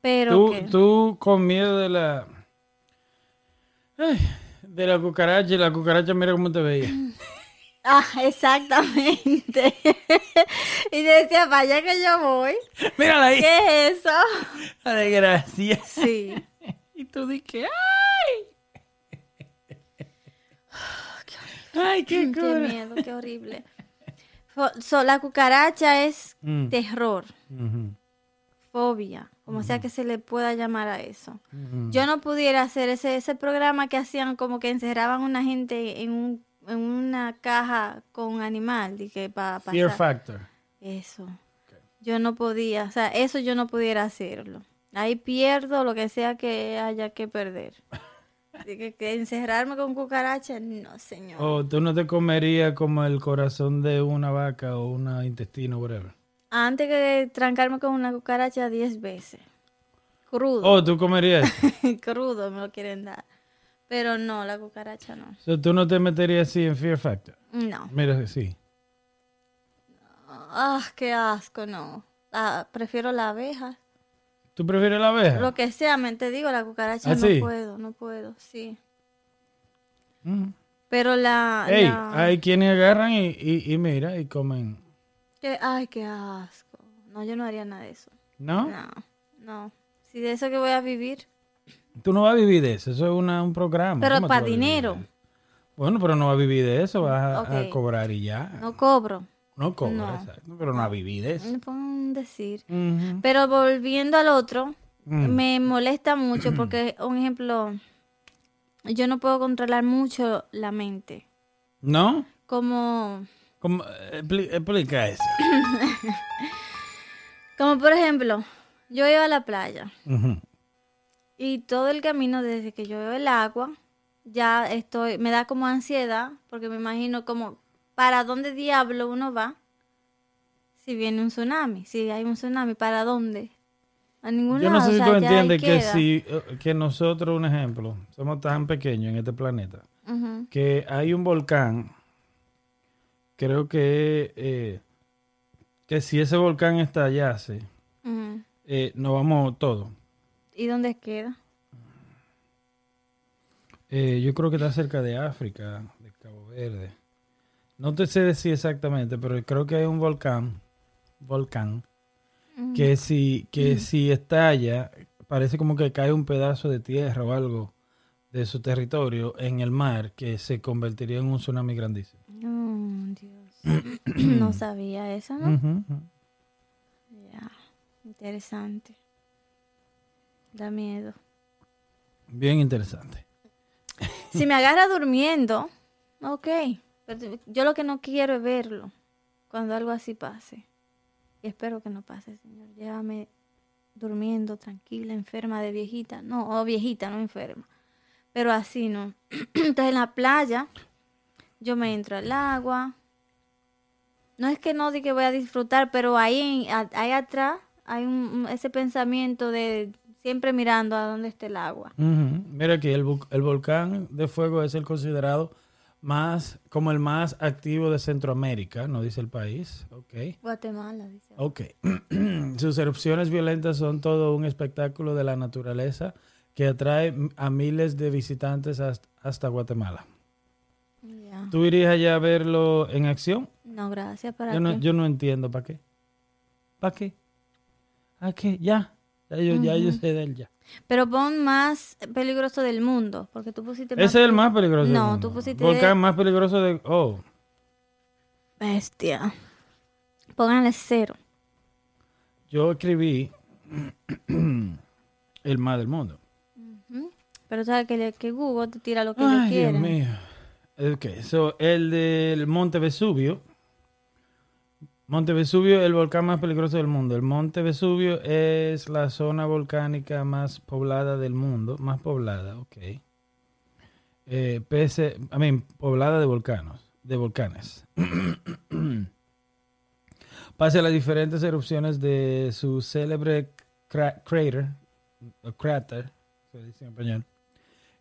B: Pero
A: Tú,
B: que-
A: tú con miedo de la. Ay, de la cucaracha y la cucaracha, mira cómo te veía.
B: Mm. Ah, exactamente. y decía, vaya que yo voy.
A: Mírala ahí.
B: ¿Qué es eso?
A: La desgracia.
B: Sí.
A: Y tú dije, ¡ay! ¡Ay, qué
B: Ah, Qué
A: cura!
B: miedo, qué horrible. Fo- so, la cucaracha es
A: Mm.
B: terror,
A: Ujú,
B: fobia, como
A: Mm.
B: sea que se le pueda llamar a eso.
A: ujú.
B: Yo no pudiera hacer ese, ese programa que hacían como que encerraban a una gente en, un- en una caja con un animal, dije, para pasar.
A: Fear Factor.
B: Eso. Yo no podía, o sea, eso yo no pudiera hacerlo. Ahí pierdo lo que sea que haya que perder. Así que, que encerrarme con cucarachas, no, señor.
A: O tú no te comerías como el corazón de una vaca o un intestino, whatever.
B: Antes que trancarme con una cucaracha 10 veces. Crudo,
A: O tú comerías. eso.
B: crudo me lo quieren dar. Pero no, la cucaracha no.
A: O sea, tú no te meterías así en Fear Factor.
B: No.
A: Mira, sí.
B: Ah, qué asco, no. Ah, prefiero la abeja.
A: ¿Tú prefieres la abeja?
B: Lo que sea, me te digo, la cucaracha
A: ¿Ah,
B: no
A: sí?
B: puedo, no puedo, sí.
A: Mm.
B: Pero la...
A: Ey,
B: la-
A: hay quienes agarran y, y- y mira y comen.
B: Que- ay, qué asco. No, yo no haría nada de eso.
A: ¿No?
B: No, no. Si de eso que voy a vivir.
A: Tú no vas a vivir de eso. Eso es una- un programa.
B: Pero
A: ¿Cómo tú
B: para
A: vas a vivir
B: dinero.
A: de eso? Bueno, pero no vas a vivir de eso. Vas a, a
B: Ok.
A: cobrar y ya. No,
B: No cobro.
A: cobras,
B: no.
A: exacto, pero no vas a vivir de eso.
B: No puedo decir.
A: Ujú.
B: Pero volviendo al otro,
A: Mm.
B: me molesta mucho porque, un ejemplo, yo no puedo controlar mucho la mente.
A: ¿No?
B: Como,
A: ¿Cómo? Expli- Explica eso.
B: como por ejemplo, yo iba a la playa
A: Ujú.
B: y todo el camino desde que yo veo el agua, ya estoy, me da como ansiedad porque me imagino como, ¿para dónde diablo uno va si viene un tsunami? Si hay un tsunami, ¿para dónde? A ningún
A: Yo no sé
B: lado. o
A: si
B: sea,
A: tú
B: ya ahí
A: entiendes que,
B: queda.
A: si, eh, que nosotros, un ejemplo, somos tan pequeños en este planeta
B: Ujú.
A: que hay un volcán, creo que, eh, que si ese volcán estallase,
B: Ujú.
A: eh, nos vamos todos.
B: ¿Y dónde queda?
A: Eh, yo creo que está cerca de África, de Cabo Verde. No te sé decir exactamente, pero creo que hay un volcán, volcán, que si, que si estalla, parece como que cae un pedazo de tierra o algo de su territorio en el mar, que se convertiría en un tsunami grandísimo.
B: Oh, Dios. no sabía eso, ¿no?
A: Ujú, ujú.
B: Ya. Interesante. Da miedo.
A: Bien interesante.
B: Si me agarra durmiendo, ok. Pero yo lo que no quiero es verlo cuando algo así pase. Y espero que no pase, Señor. Llévame durmiendo tranquila, enferma de viejita. No, o viejita, no enferma. Pero así no. Entonces en la playa, yo me entro al agua. No es que no diga que voy a disfrutar, pero ahí, en- a- ahí atrás hay un- un- ese pensamiento de siempre mirando a dónde está el agua.
A: Ujú. Mira aquí, el, vol- el volcán de fuego es el considerado más, como el más activo de Centroamérica, no dice el país, ok.
B: Guatemala, dice.
A: Ok. Sus erupciones violentas son todo un espectáculo de la naturaleza que atrae a miles de visitantes hast- hasta Guatemala.
B: Ya.
A: ¿Tú irías allá a verlo en acción?
B: No, gracias. ¿Para
A: Yo no,
B: qué?
A: yo no entiendo para qué. ¿Para qué? ¿A qué? Ya. Ya yo, ya yo sé de él ya.
B: Pero pon más peligroso del mundo, porque tú pusiste más...
A: Ese es el más peligroso.
B: No,
A: del mundo.
B: tú pusiste
A: Volcán
B: de-
A: más peligroso de. Oh.
B: Bestia. Pónganle cero.
A: Yo escribí el más del mundo.
B: Ujú. Pero sabes que, le- que Google te tira lo que ellos
A: Ay, Dios
B: quieren.
A: mío. Ok, so, el del Monte Vesubio. Monte Vesubio, el volcán más peligroso del mundo. El Monte Vesubio es la zona volcánica más poblada del mundo. Más poblada, ok. Eh, pese, I mean, poblada de volcanos, de volcanes. Pese a las diferentes erupciones de su célebre cra- crater, o cráter, se dice en español,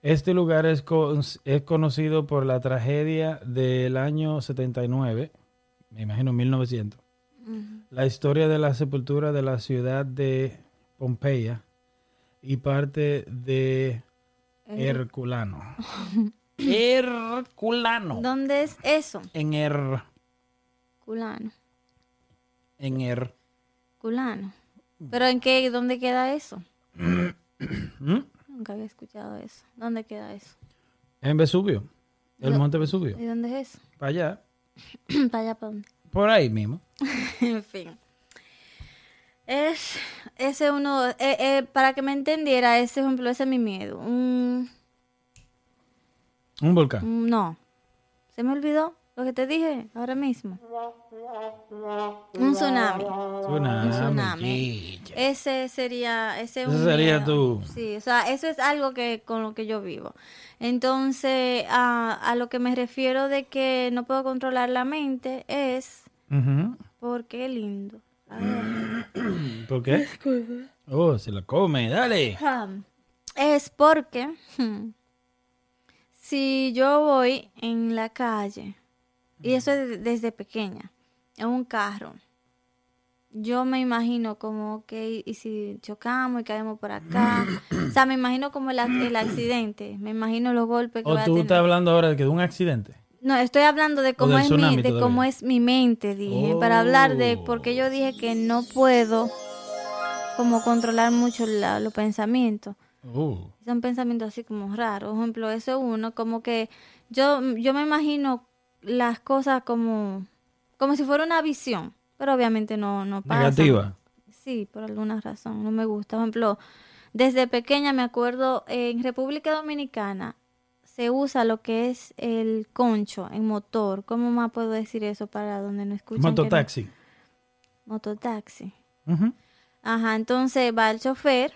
A: este lugar es, con- es conocido por la tragedia del año 79, me imagino 1900. La historia de la sepultura de la ciudad de Pompeya y parte de Herculano. Herculano.
B: ¿Dónde es eso?
A: En Her.
B: Culano.
A: En Er. Her.
B: Culano. ¿Pero en qué? ¿Dónde queda eso?
A: ¿Mm?
B: Nunca había escuchado eso. ¿Dónde queda eso?
A: En Vesubio. El
B: No.
A: monte Vesubio.
B: ¿Y dónde es eso?
A: Para allá.
B: para allá, para dónde.
A: Por ahí mismo.
B: en fin. Es, ese uno, eh, eh, para que me entendiera, ese ejemplo, ese es mi miedo. Un-
A: Un volcán.
B: un- Mm, no. Se me olvidó lo que te dije ahora mismo. Un tsunami.
A: Tsunami.
B: Un tsunami.
D: Chicha.
B: Ese sería, ese es
A: Ese
B: un
A: sería
B: miedo.
A: tu-
B: Sí, o sea, eso es algo que con lo que yo vivo. Entonces, a, a lo que me refiero de que no puedo controlar la mente es
A: Ujú.
B: porque lindo. A ver.
A: ¿Por qué? Oh, se la come. Dale.
B: Ajá. Es porque hmm, si yo voy en la calle, y eso es de- desde pequeña, en un carro, yo me imagino como, ok, y si chocamos y caemos por acá, o sea, me imagino como el, ac- el accidente, me imagino los golpes que
A: O
B: voy a
A: Oh, tú estás
B: tener.
A: hablando ahora de que de un accidente.
B: No, estoy hablando de cómo
A: del
B: es mi,
A: tsunami
B: de cómo
A: todavía.
B: es mi mente, dije, para hablar de
A: Oh.
B: porque yo dije que no puedo como controlar mucho la- los pensamientos.
A: Uh,
B: Son pensamientos así como raros. Por ejemplo, eso es uno, como que yo, yo me imagino las cosas como, como si fuera una visión, pero obviamente no, no pasa.
A: negativa.
B: Sí, por alguna razón, no me gusta. Por ejemplo, desde pequeña me acuerdo, en República Dominicana se usa lo que es el concho en motor. ¿Cómo más puedo decir eso para donde no escuchan? que no-
A: Mototaxi.
B: Mototaxi.
A: Ujú.
B: Ajá, entonces va el chofer,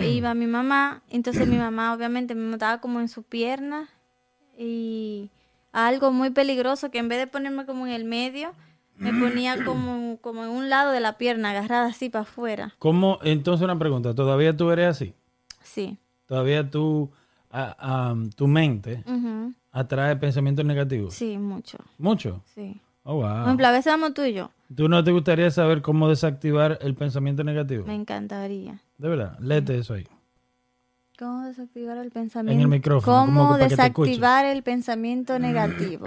B: y va mi mamá, entonces mi mamá obviamente me notaba como en su pierna y algo muy peligroso que en vez de ponerme como en el medio, me ponía como, como en un lado de la pierna, agarrada así para afuera.
A: ¿Cómo? Entonces una pregunta. ¿Todavía tú eres así?
B: Sí.
A: ¿Todavía tú, a- am, tu mente
B: Ujú.
A: atrae pensamientos negativos?
B: Sí, mucho.
A: Mucho.
B: Sí.
A: Oh,
B: Por
A: wow.
B: ejemplo, a veces vamos tú y yo.
A: ¿Tú no te gustaría saber cómo desactivar el pensamiento negativo?
B: Me encantaría.
A: De verdad, léete eso ahí.
B: ¿Cómo desactivar el pensamiento?
A: micrófono,
B: ¿Cómo
A: como para que te
B: desactivar el pensamiento negativo?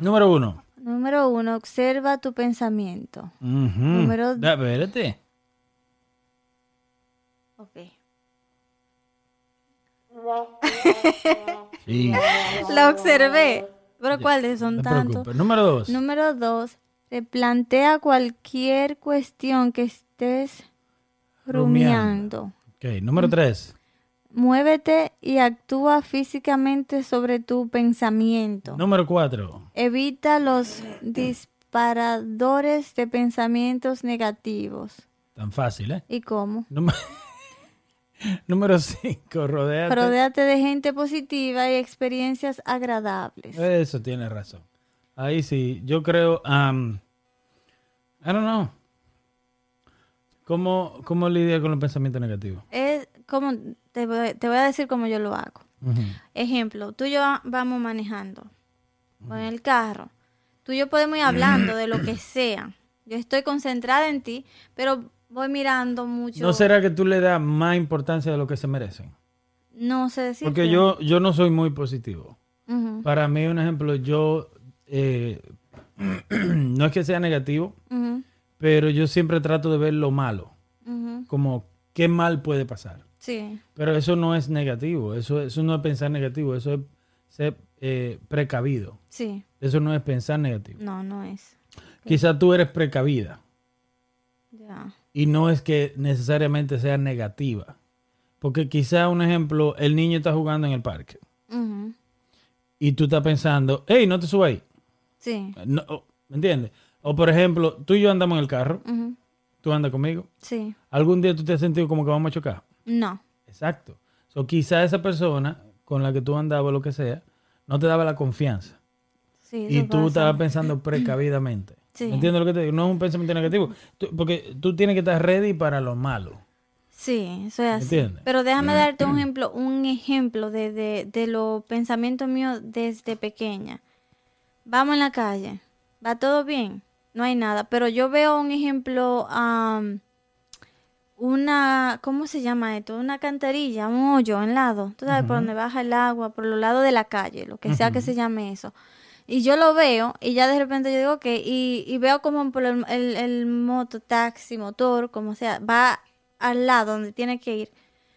A: Número uno.
B: Número uno, observa tu pensamiento.
A: Ujú.
B: Número-
A: Da- Espérate.
B: Ok.
A: Sí,
B: La observé. Pero ¿cuáles
A: no
B: son
A: te
B: tantos?
A: preocupes. Número dos.
B: Número dos, te plantea cualquier cuestión que estés rumiando.
A: Ok, número tres.
B: Muévete y actúa físicamente sobre tu pensamiento.
A: Número cuatro.
B: Evita los disparadores de pensamientos negativos.
A: Tan fácil, ¿eh?
B: ¿Y cómo?
A: Número, número cinco. Rodéate.
B: Rodéate de gente positiva y experiencias agradables.
A: Eso tiene razón. Ahí sí, yo creo. am, I don't know. ¿Cómo, cómo lidia con los pensamientos negativos?
B: Es como, te voy- te voy a decir cómo yo lo hago.
A: Ujú.
B: Ejemplo, tú y yo vamos manejando con el carro. Tú y yo podemos ir hablando de lo que sea. Yo estoy concentrada en ti, pero voy mirando mucho.
A: ¿No será que tú le das más importancia de lo que se merecen?
B: No sé decir.
A: Porque yo, yo no soy muy positivo. Para mí, un ejemplo, yo eh, no es que sea negativo,
B: Ujú,
A: pero yo siempre trato de ver lo malo,
B: ujú.
A: como qué mal puede pasar.
B: Sí,
A: Pero eso no es negativo, eso, eso no es pensar negativo, eso es ser eh, precavido.
B: sí.
A: Eso no es pensar negativo.
B: No, no es.
A: Quizá tú eres precavida
B: Ya.
A: y no es que necesariamente sea negativa. Porque quizá, un ejemplo, el niño está jugando en el parque
B: Ujú,
A: y tú estás pensando, hey, no te subas ahí.
B: Sí.
A: No, oh, ¿Me entiendes? O por ejemplo, tú y yo andamos en el carro,
B: ujú,
A: tú andas conmigo.
B: Sí.
A: Algún día tú te has sentido como que vamos a chocar.
B: No.
A: Exacto. So, quizá esa persona con la que tú andabas, lo que sea, no te daba la confianza.
B: Sí,
A: Y
B: eso
A: tú
B: pasa.
A: estabas pensando precavidamente.
B: Sí.
A: ¿Entiendes lo que te digo? No es un pensamiento negativo. Tú- porque tú tienes que estar ready para lo malo.
B: Sí, eso es así.
A: ¿Entiendes?
B: Pero déjame darte un ejemplo, un ejemplo de, de, de los pensamientos míos desde pequeña. Vamos en la calle, va todo bien, no hay nada, pero yo veo un ejemplo, am, una, ¿cómo se llama esto? Una canterilla, un hoyo, un lado, tú sabes, por donde baja el agua, por los lados de la calle, lo que sea que se llame eso. Y yo lo veo y ya de repente yo digo que, y, y veo como por el, el, el mototaxi, motor, como sea, va al lado donde tiene que ir.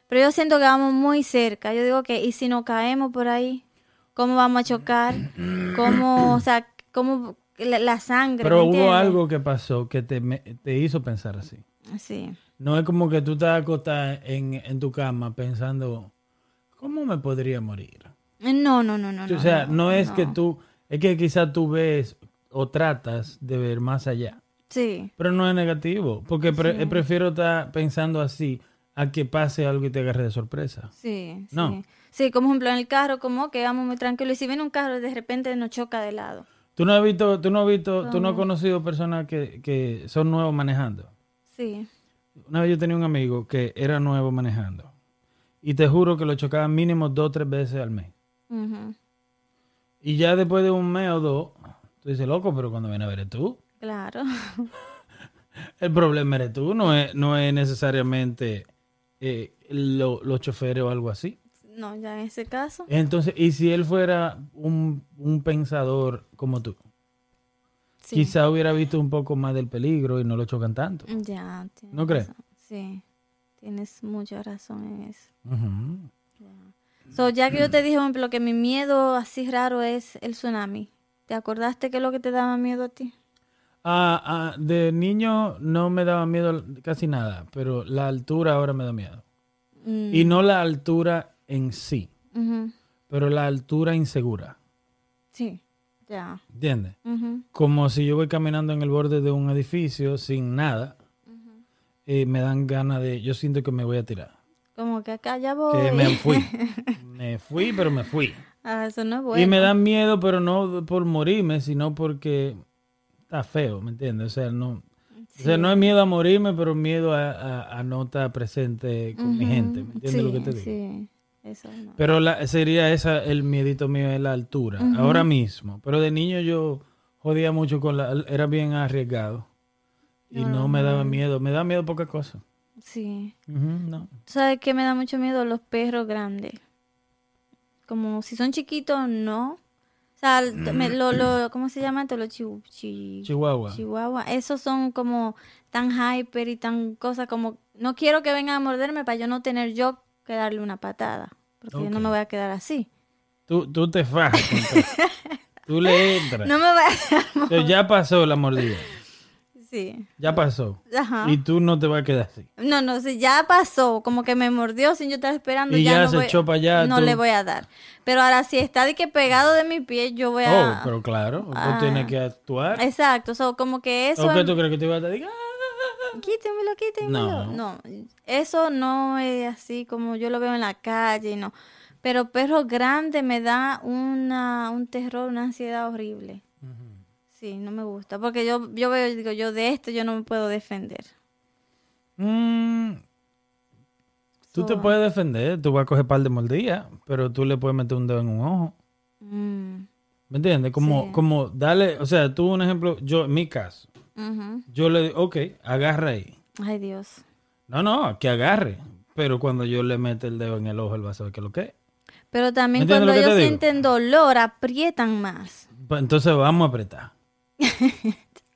B: Pero yo siento que vamos muy cerca. Yo digo que, ¿y si nos caemos por ahí? ¿Cómo vamos a chocar? ¿Cómo, o sea, cómo la, la sangre?
A: Pero
B: ¿me
A: hubo
B: entiendes?
A: algo que pasó que te, me- te hizo pensar así.
B: Sí,
A: No es como que tú estás acostada en, en tu cama pensando, ¿cómo me podría morir?
B: Eh, No, no, no, no.
A: o sea, no, es que
B: no.
A: tú, es que quizás tú ves o tratas de ver más allá.
B: Sí,
A: Pero no es negativo, porque pre- prefiero estar pensando así a que pase algo y te agarre de sorpresa.
B: sí, sí.
A: No.
B: Sí, como ejemplo en el carro, como que vamos muy tranquilos. Y si viene un carro y de repente nos choca de lado.
A: Tú no has visto, tú no has visto, tú no has conocido personas que, que son nuevos manejando.
B: Sí.
A: Una vez yo tenía un amigo que era nuevo manejando. Y te juro que lo chocaban mínimo dos o tres veces al mes.
B: ujú,
A: Y ya después de un mes o dos, tú dices, loco, pero cuando viene a ver tú,
B: Claro.
A: el problema eres tú, no es, no es necesariamente eh, lo- los choferes o algo así.
B: No, ya en ese caso.
A: Entonces, ¿y si él fuera un, un pensador como tú?
B: Sí.
A: Quizá hubiera visto un poco más del peligro y no lo chocan tanto.
B: Ya. tienes
A: Eh, ¿No crees?
B: razón. Sí. Tienes mucha razón en eso.
A: Ujú. Mm.
B: So, ya que yo te dije, por ejemplo, que mi miedo así raro es el tsunami. ¿Te acordaste que es lo que te daba miedo a ti?
A: Ah, ah, de niño no me daba miedo casi nada, pero la altura ahora me da miedo.
B: Mm,
A: Y no la altura en sí,
B: ujú,
A: pero la altura insegura.
B: Sí. Ya.
A: ¿Entiendes?
B: ujú,
A: Como si yo voy caminando en el borde de un edificio sin nada, eh, me dan ganas de, yo siento que me voy a tirar.
B: Como que acá ya voy.
A: Que me fui. Me fui, pero me fui.
B: Ah, eso no es
A: Y me
B: bueno.
A: dan miedo, pero no por morirme, sino porque está feo, ¿me entiendes? O sea, no, o sea, no es miedo a morirme, pero miedo a, a- a no estar presente con mi gente, ¿me entiendes
B: sí,
A: lo que te digo?
B: sí. Eso no.
A: Pero la- sería esa el miedito mío de la altura, ahora mismo. Pero de niño yo jodía mucho con la, era bien arriesgado y no me daba miedo, me da miedo poca cosa.
B: Sí.
A: Ujú, no.
B: ¿Tú sabes que me da mucho miedo los perros grandes? Como si son chiquitos, no. O sea, el- me- lo, lo- ¿cómo se llama esto? Los chihu- chi-
A: Mm. Chihuahua.
B: chihuahua. Esos son como tan hyper y tan cosas como... No quiero que vengan a morderme para yo no tener yo que darle una patada. Porque yo no
A: Ok.
B: me voy a quedar así.
A: Tú, tú te fajas. con todo. tú le entras.
B: No me voy a...
A: O sea, ya pasó la mordida.
B: Sí.
A: Ya pasó.
B: Ajá.
A: Y tú no te vas a quedar así.
B: No, no, si ya pasó, como que me mordió sin yo estar esperando.
A: Y ya
B: no
A: se
B: voy-
A: echó pa' allá,
B: No
A: tú.
B: le voy a dar. Pero ahora si está de que pegado de mi pie, yo voy
A: Oh,
B: a...
A: pero claro, tú
B: Ah.
A: tienes que actuar.
B: Exacto, so, como que eso...
A: ¿O qué tú crees que te iba a decir? "Ah"?
B: Quítemelo, quítemelo.
A: No.
B: No. eso no es así como yo lo veo en la calle, no. Pero perro grande me da una, un terror, una ansiedad horrible. Sí, no me gusta. Porque yo, yo veo, y digo, yo de esto yo no me puedo defender.
A: Mm, tú te
B: So,
A: puedes defender, tú vas a coger par de mordidas, pero tú le puedes meter un dedo en un ojo.
B: mm,
A: ¿Me entiendes? Como,
B: Sí.
A: como, dale, o sea, tú un ejemplo, yo, en mi caso,
B: ujú.
A: yo le digo, ok, agarra ahí.
B: Ay, Dios.
A: No, no, que agarre. Pero cuando yo le meto el dedo en el ojo, él va a saber que lo que es.
B: Pero también
A: ¿Me entiendes
B: cuando
A: lo que
B: ellos
A: te digo?
B: sienten dolor, aprietan más.
A: Pues Entonces vamos a apretar.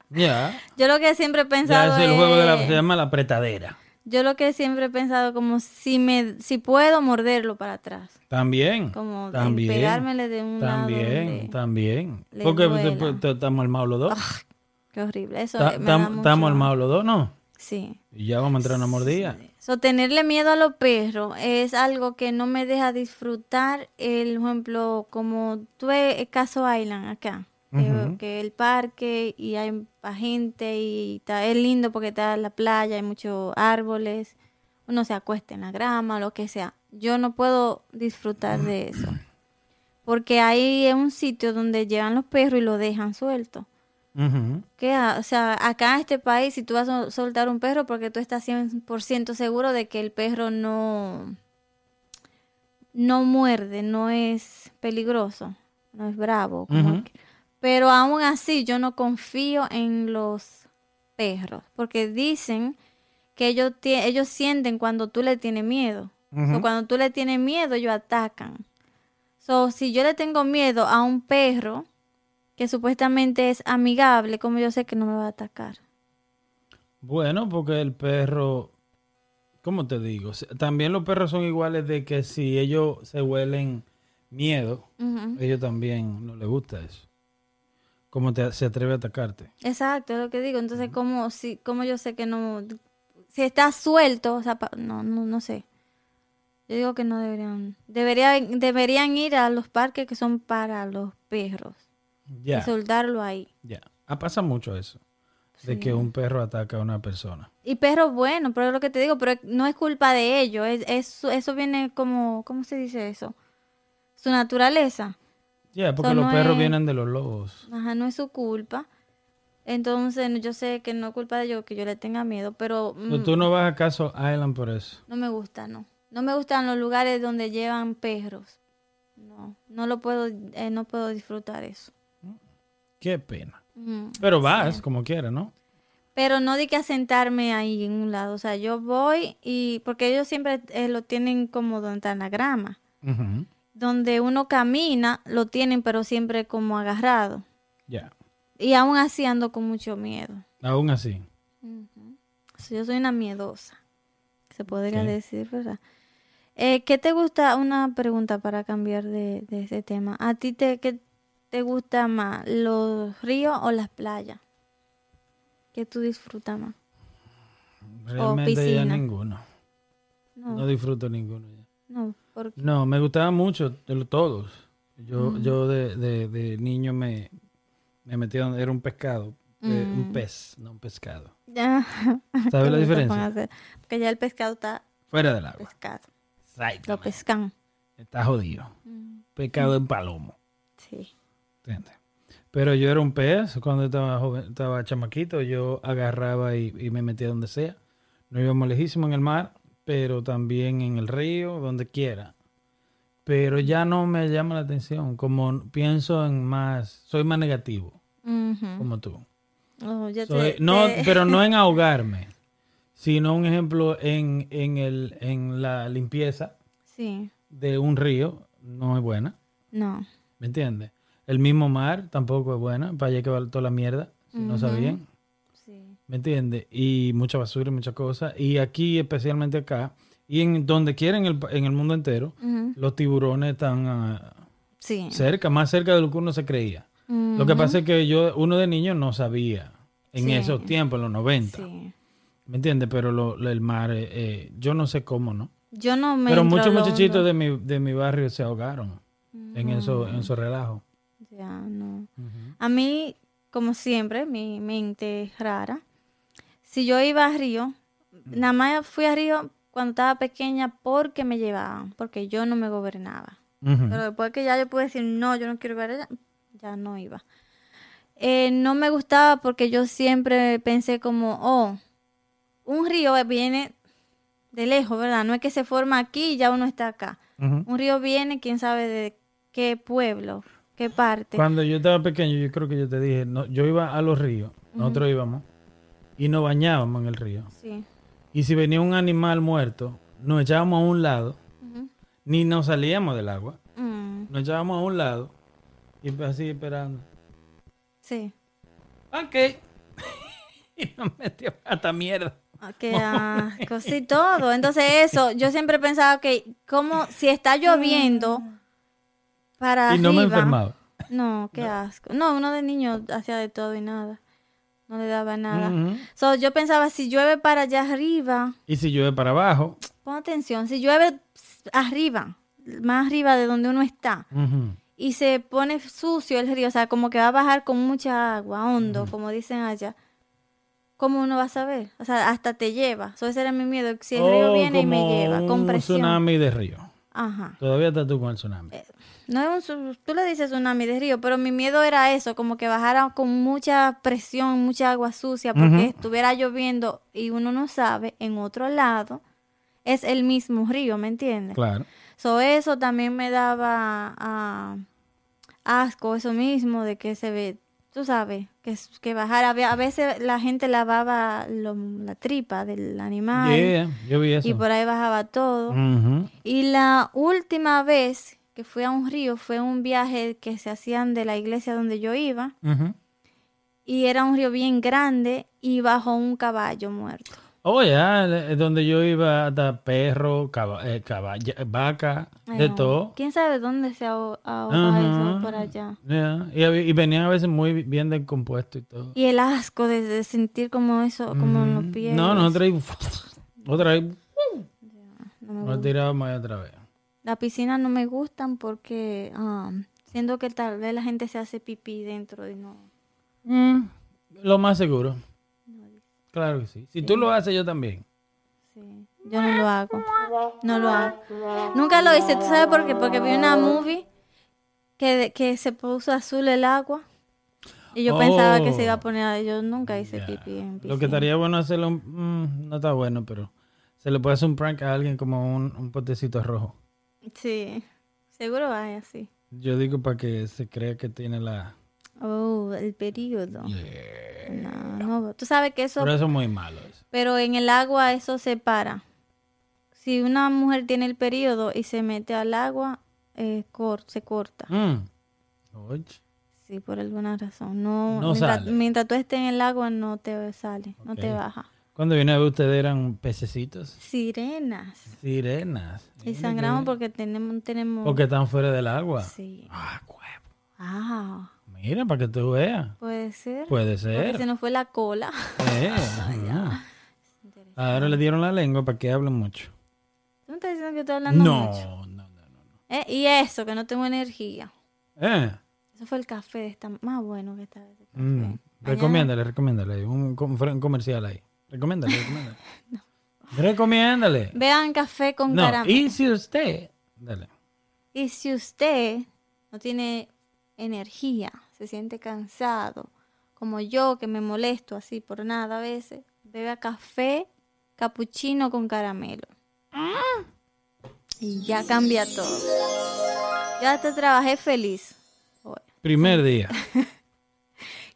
A: Ya.
B: Yo lo que siempre he
A: Ya
B: pensado
A: es el juego de la, se
B: es-
A: llama la apretadera.
B: Yo lo que siempre he pensado como si me si puedo morderlo para atrás,
A: También.
B: como de
A: también.
B: pegármele de un lado
A: También,
B: donde-
A: también.
B: le
A: Porque
B: duela.
A: te- te- te- estamos armados los dos.
B: Qué horrible. Eso
A: Ta-
B: me da
A: tam-
B: mucho-
A: Estamos armados los dos, ¿no?
B: Sí.
A: Y ya vamos a entrar a una mordida.
B: So, tenerle miedo a los perros es algo que no me deja disfrutar. El ejemplo, como tuve el caso Island acá, que-
A: Ujú.
B: que el parque y hay pa' gente y está, es lindo porque está la playa, hay muchos árboles, uno se acuesta en la grama, lo que sea. Yo no puedo disfrutar de eso. Porque ahí es un sitio donde llevan los perros y lo dejan suelto.
A: Ujú.
B: ¿Qué? ha- ah, O sea, acá en este país, si tú vas a soltar un perro, porque tú estás 100% seguro de que el perro no, no muerde, no es peligroso, no es bravo. como
A: Ujú.
B: que- Pero aún así, yo no confío en los perros, porque dicen que ellos, tie- ellos sienten cuando tú le tienes miedo.
A: Ujú.
B: So, cuando tú le tienes miedo, ellos atacan. So, si yo le tengo miedo a un perro que supuestamente es amigable, como yo sé que no me va a atacar.
A: Bueno, porque el perro, ¿cómo te digo? Se- También los perros son iguales de que si ellos se huelen miedo,
B: Ujú.
A: ellos también no les gusta eso. ¿Cómo te, se atreve a atacarte?
B: Exacto, es lo que digo. Entonces, ¿cómo, si, cómo yo sé que no... Si está suelto, o sea, pa- no, no, no sé. Yo digo que no deberían... Deberían, deberían ir a los parques que son para los perros
A: Ya,
B: y soltarlo ahí.
A: ya. Ah, pasa mucho eso, de que un perro ataca a una persona.
B: Y perros bueno, pero es lo que te digo, pero es- no es culpa de ellos, es, es su- eso viene como, ¿cómo se dice eso? Su naturaleza,
A: Ya, porque
B: Eso
A: los
B: no
A: perros
B: es-
A: vienen de los lobos.
B: ajá, no es su culpa. Entonces, no- yo sé que no es culpa de ellos que yo le tenga miedo, pero
A: Tú-
B: mm,
A: Pues Tú no vas acaso a Island por eso.
B: no me gusta, no. No me gustan los lugares donde llevan perros. No, no lo puedo, eh, no puedo disfrutar eso.
A: Qué pena.
B: Mm.
A: Pero vas como quieras, ¿no?
B: Pero no di que asentarme ahí en un lado, o sea, yo voy y, porque ellos siempre eh, lo tienen como donde está la grama.
A: Ujú.
B: donde uno camina, lo tienen, pero siempre como agarrado.
A: Ya.
B: Y aún así ando con mucho miedo.
A: Aún así.
B: O sea, yo soy una miedosa, se podría
A: Sí.
B: decir, ¿verdad? Eh, ¿Qué te gusta? Una pregunta para cambiar de, de ese tema. ¿A ti te, qué te gusta más, los ríos o las playas? ¿Qué tú disfrutas más?
A: Realmente ya
B: piscina.
A: ninguno.
B: No,
A: No disfruto ninguno ya.
B: no, porque...
A: No, me gustaban mucho de lo- todos. Yo,
B: Mm.
A: yo de, de- de niño me, me metí donde era un pescado, eh, un pez, no un pescado.
B: Ya.
A: ¿Sabes la
B: ¿Qué Mm. te
A: diferencia?
B: pueden hacer? Porque ya el pescado está
A: Fuera del agua.
B: pescado,
D: Psycho.
B: lo pescan.
A: Está jodido. Pescado en palomo.
B: Sí.
A: ¿entiendes? Pero yo era un pez cuando estaba joven, estaba chamaquito. Yo agarraba y, y me metía donde sea. Nos íbamos lejísimos en el mar, pero también en el río, donde quiera. Pero ya no me llama la atención. Como pienso en más, soy más negativo,
B: Ujú.
A: como tú.
B: Oh, ya
A: Soy-
B: te-
A: no,
B: te-
A: pero no en ahogarme, sino un ejemplo en, en, el, en la limpieza
B: Sí,
A: de un río no es buena,
B: no.
A: ¿me entiendes? El mismo mar tampoco es buena, para allá que va toda la mierda, si no sabían,
B: Sí.
A: ¿me entiendes? Y mucha basura y muchas cosas. Y aquí, especialmente acá, y en donde quiera en el, pa- en el mundo entero,
B: Ujú.
A: los tiburones están ah,
B: Sí.
A: cerca, más cerca de lo que uno se creía.
B: Mm,
A: Lo que pasa es que yo, uno de niño no sabía en
B: Sí.
A: esos tiempos, en los 90.
B: sí.
A: ¿Me entiendes? Pero lo, lo- el mar, eh, eh, yo no sé cómo, ¿no?
B: Yo no me
A: Pero
B: entro
A: muchos
B: a lo
A: muchachitos
B: hondo.
A: de mi, de mi barrio se ahogaron
B: Mm.
A: en eso, en su relajo.
B: Ya, no. A mí, como siempre, mi mente es rara. Si yo iba a Río, nada más fui a Río cuando estaba pequeña porque me llevaban, porque yo no me gobernaba.
A: Ujú.
B: Pero después que ya yo pude decir, no, yo no quiero ver ella, ya no iba. Eh, no me gustaba porque yo siempre pensé como, oh, un río viene de lejos, ¿verdad? No es que se forma aquí y ya uno está acá.
A: Ujú.
B: Un río viene, quién sabe de qué pueblo, qué parte.
A: Cuando yo estaba pequeño, yo creo que yo te dije, no, yo iba a los ríos, nosotros íbamos, y nos bañábamos en el río.
B: Sí.
A: Y si venía un animal muerto, nos echábamos a un lado, ni nos salíamos del agua,
B: Mm,
A: pues nos echábamos a un lado, y así esperando.
B: sí.
A: Ok. y nos metió hasta mierda.
B: Ah, Que asco, sí, todo. Entonces eso, yo siempre pensaba que como si está lloviendo para
A: Ah. Y no me
B: arriba-
A: enfermaba.
B: No, qué asco. No, uno de niño hacía de todo y nada. No le daba nada.
A: Ujú.
B: So, yo pensaba, si llueve para allá arriba,
A: Y si llueve para abajo.
B: pon atención, si llueve ps- arriba, más arriba de donde uno está,
A: ujú.
B: y se pone sucio el río, o sea, como que va a bajar con mucha agua, hondo, como dicen allá, ¿cómo uno va a saber? O sea, hasta te lleva. So, ese era mi miedo, si el río
A: Oh,
B: viene y me
A: como
B: lleva, con
A: un
B: presión. Eh.
A: tsunami de río.
B: Ajá.
A: Todavía estás tú con el tsunami.
B: No es un, tsu- tú le dices tsunami de río, pero mi miedo era eso, como que bajara con mucha presión, mucha agua sucia, porque
A: Ujú.
B: estuviera lloviendo y uno no sabe, en otro lado es el mismo río, ¿me entiendes?
A: Claro.
B: So, eso también me daba ah, asco, eso mismo, de que se ve, tú sabes, que, s- que bajara. Ve- A veces la gente lavaba lo- la tripa del animal
A: Yeah, yo vi eso.
B: y por ahí bajaba todo.
A: Ujú.
B: Y la última vez que fui a un río fue un viaje que se hacían de la iglesia donde yo iba
A: Ujú.
B: y era un río bien grande y bajo un caballo muerto.
A: Oh, ya, eh, donde yo iba hasta perro, caba- eh, caballo, vaca,
B: Ay,
A: de
B: no.
A: todo.
B: ¿Quién sabe dónde se ahoga
A: Ajá.
B: eso por allá?
A: Yeah, Y, hab- y venían a veces muy bien descompuestos y todo.
B: Y el asco de, de sentir como eso, como en los
A: Ujú.
B: pies.
A: No, nosotros ahí, otra vez,
B: No me
A: nos
B: gusta.
A: tirábamos ahí otra vez.
B: La piscina no me gustan porque ah, siento que tal vez la gente se hace pipí dentro y no.
A: Mm, lo más seguro. Claro que sí. Si tú lo haces, yo también.
B: Sí, yo no lo hago. No lo hago. Nunca lo hice, ¿tú sabes por qué? Porque vi una movie que, que se puso azul el agua. Y yo pensaba que se iba a
A: Oh.
B: poner. Yo nunca hice
A: Ya.
B: pipí en
A: Lo que
B: piscina.
A: estaría bueno hacerlo, mm, no está bueno, pero se le puede hacer un prank a alguien como un, un potecito rojo.
B: Sí, seguro hay así.
A: Yo digo para que se crea que tiene la...
B: Oh, el periodo. No, no. Tú sabes que eso.
A: Pero eso es muy malo. Eso.
B: Pero en el agua eso se para. Si una mujer tiene el periodo y se mete al agua, eh, cor- se corta.
A: Mm. Oye.
B: Sí, por alguna razón. No,
A: No
B: mientras,
A: sale.
B: mientras tú estés en el agua no te sale, no te
A: Ok.
B: baja.
A: Cuando vine a ver ustedes eran pececitos,
B: Sirenas.
A: sirenas.
B: Y sangramos porque tenemos... tenemos...
A: Porque están fuera del agua.
B: Sí.
A: Ah, cuevo.
B: Ah,
A: Mira, para que tú veas.
B: puede ser.
A: Puede
B: Porque
A: ser.
B: se nos fue la cola.
A: Eh, ajá. Ahora le dieron la lengua para que hablen mucho.
B: ¿Tú me estás diciendo que estoy hablando mucho?
A: No, no, no, no.
B: Eh, Y eso, que no tengo energía.
A: Eh,
B: Eso fue el café de esta... Más bueno que esta vez. el café.
A: mm,
B: Mañana-
A: Recomiéndale, recomiéndale. Un, com- un comercial ahí. Recomiéndale, recomiéndale. Recomiéndale.
B: Vean café con
A: No,
B: caramelo.
A: y si usted... Dale.
B: Y si usted no tiene energía, se siente cansado, como yo que me molesto así por nada a veces, beba café capuchino con caramelo. Y ya cambia todo. Ya te trabajé feliz. hoy.
A: Primer día.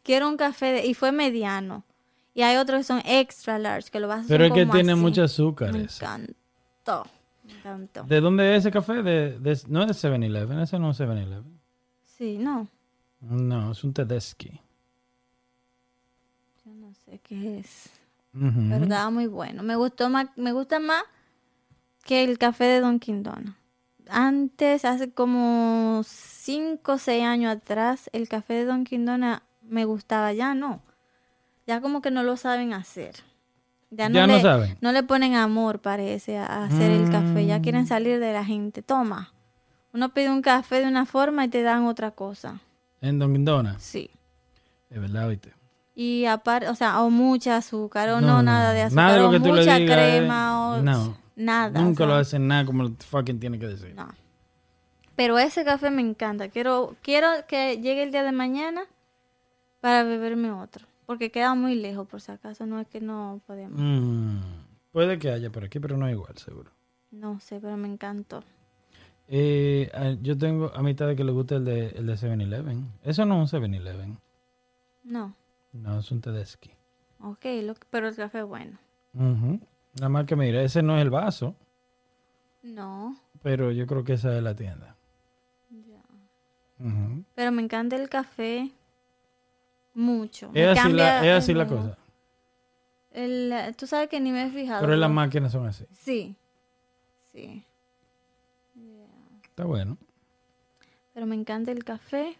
B: Quiero un café de- y fue mediano. Y hay otros que son extra large, que lo vas a hacer
A: Pero es que
B: como
A: tiene
B: así.
A: mucho azúcar
B: Me
A: eso.
B: encantó. Me encantó.
A: ¿De dónde es ese café? De, de- no es de 7-Eleven, ese no es 7-Eleven.
B: Sí, no.
A: No, es un Tedeschi.
B: Yo no sé qué es.
A: Ujú.
B: pero estaba muy bueno. Me gustó más, me gusta más que el café de Don Quindona. Antes, hace como 5 o 6 años atrás, el café de Don Quindona me gustaba, ya no. Ya como que no lo saben hacer.
A: Ya no
B: le,
A: saben.
B: No le ponen amor, parece, a- a hacer el café.
A: Mm.
B: Ya quieren salir de la gente. Toma. Uno pide un café de una forma y te dan otra cosa.
A: En Dunkin' Donuts.
B: Sí.
A: Es verdad, oíste.
B: Y aparte, o sea, o mucha azúcar, o no,
A: No, no,
B: nada de
A: no.
B: azúcar,
A: Nada de lo
B: o
A: que tú le
B: mucha
A: digas,
B: crema,
A: eh,
B: o
A: no.
B: nada. o
A: Nunca lo
B: sea,
A: hacen nada como lo fucking tiene que decir.
B: no. Pero ese café me encanta. Quiero, quiero que llegue el día de mañana para beberme otro. Porque queda muy lejos, por si acaso. No es que no podemos.
A: Mm, puede que haya por aquí, pero no es igual, seguro.
B: No sé, pero me encantó.
A: Eh, a- yo tengo a mitad de que le gusta el de, el de 7-Eleven. Eso no es un 7-Eleven.
B: No.
A: No, es un Tedeschi.
B: Ok, lo- pero el café es bueno.
A: Ujú. Nada más que mira, ese no es el vaso,
B: No.
A: pero yo creo que esa es la tienda. Ujú.
B: Pero me encanta el café. Mucho. Me
A: Es así,
B: cambia
A: la, es así
B: el
A: la
B: mood.
A: cosa.
B: El- tú sabes que ni me he fijado.
A: Pero las
B: ¿no?
A: máquinas son así.
B: Sí. Sí.
A: Está bueno.
B: Pero me encanta el café.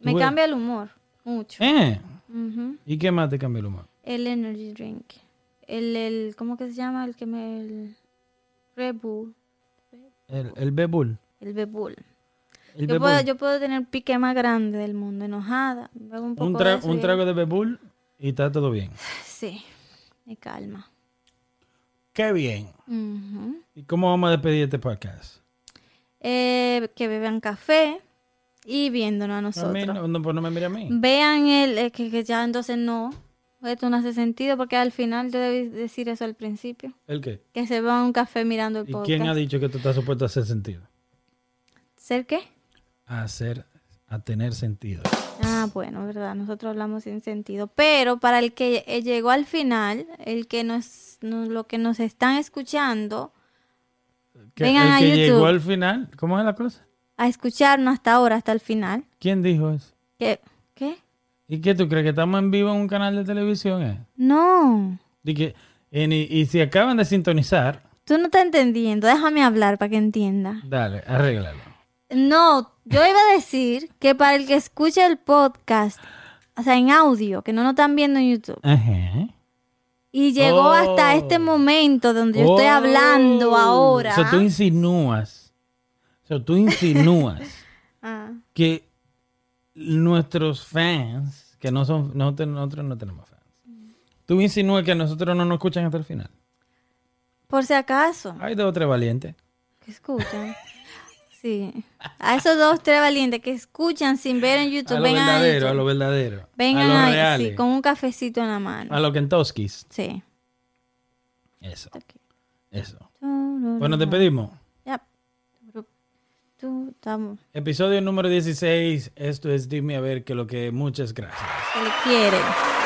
B: Me
A: Bueno.
B: cambia el humor. Mucho.
A: Eh,
B: Ujú.
A: ¿Y qué más te cambia el humor?
B: El energy drink. El, el, ¿cómo que se llama? El que me... El Red Bull.
A: El, el Bebul.
B: El Red Bull.
A: El
B: yo,
A: Bebul.
B: puedo, yo puedo tener el pique más grande del mundo, enojada. bebo un, poco
A: un,
B: de
A: tra-
B: eso
A: un
B: y-
A: trago de Bebul y está todo bien.
B: Sí, me calma.
A: Qué bien.
B: Ujú.
A: ¿Y cómo vamos a despedir este podcast?
B: Eh, que beban café y viéndonos a
A: A mí,
B: nosotros. Mm.
A: no, no, pues no me mire a mí.
B: Vean el... eh, que, que ya entonces no. Esto no hace sentido porque al final yo debí decir eso al principio.
A: ¿El qué?
B: Que se beban un café mirando el
A: ¿Y
B: podcast.
A: quién ha dicho que esto está supuesto a hacer sentido?
B: ¿Ser qué?
A: A hacer, a tener sentido.
B: Ah, bueno, verdad, nosotros hablamos sin sentido. Pero para el que eh, llegó al final, el que nos, nos- lo que nos están escuchando,
A: Que-
B: Vengan
A: el
B: a
A: que
B: YouTube.
A: llegó al final, ¿cómo es la cosa?
B: a escucharnos hasta ahora, hasta el final.
A: ¿Quién dijo eso?
B: ¿Qué? ¿Qué?
A: ¿Y qué tú crees que estamos en vivo en un canal de televisión? eh?
B: No,
A: Y, que, en- y, y si acaban de sintonizar,
B: tú no estás entendiendo. Déjame hablar para que entienda.
A: dale, arréglalo.
B: No, yo iba a decir que para el que escucha el podcast, o sea, en audio, que no nos están viendo en YouTube,
A: Ajá.
B: y llegó hasta
A: Oh.
B: este momento donde yo estoy
A: Oh.
B: hablando ahora.
A: O sea, tú insinúas. O sea, tú insinúas.
B: Ah.
A: que nuestros fans, que no son, no te- nosotros no tenemos fans, tú insinúas que a nosotros no nos escuchan hasta el final.
B: Por si acaso.
A: Hay dos o tres valientes.
B: Que escuchan. Sí. A esos dos, tres valientes que escuchan sin ver en YouTube,
A: A lo
B: vengan a
A: verdadero,
B: YouTube.
A: a lo verdadero.
B: Vengan
A: a Ah. los
B: ahí, sí,
A: reales.
B: con un cafecito en la mano.
A: A los Kentuskys.
B: Sí.
A: Eso,
B: Ok.
A: eso. Bueno,
B: Bueno,
A: te pedimos.
B: Ya. Tú- Tú, estamos.
A: Episodio número 16. Esto es Dime a ver que lo que muchas gracias.
B: Se le quiere.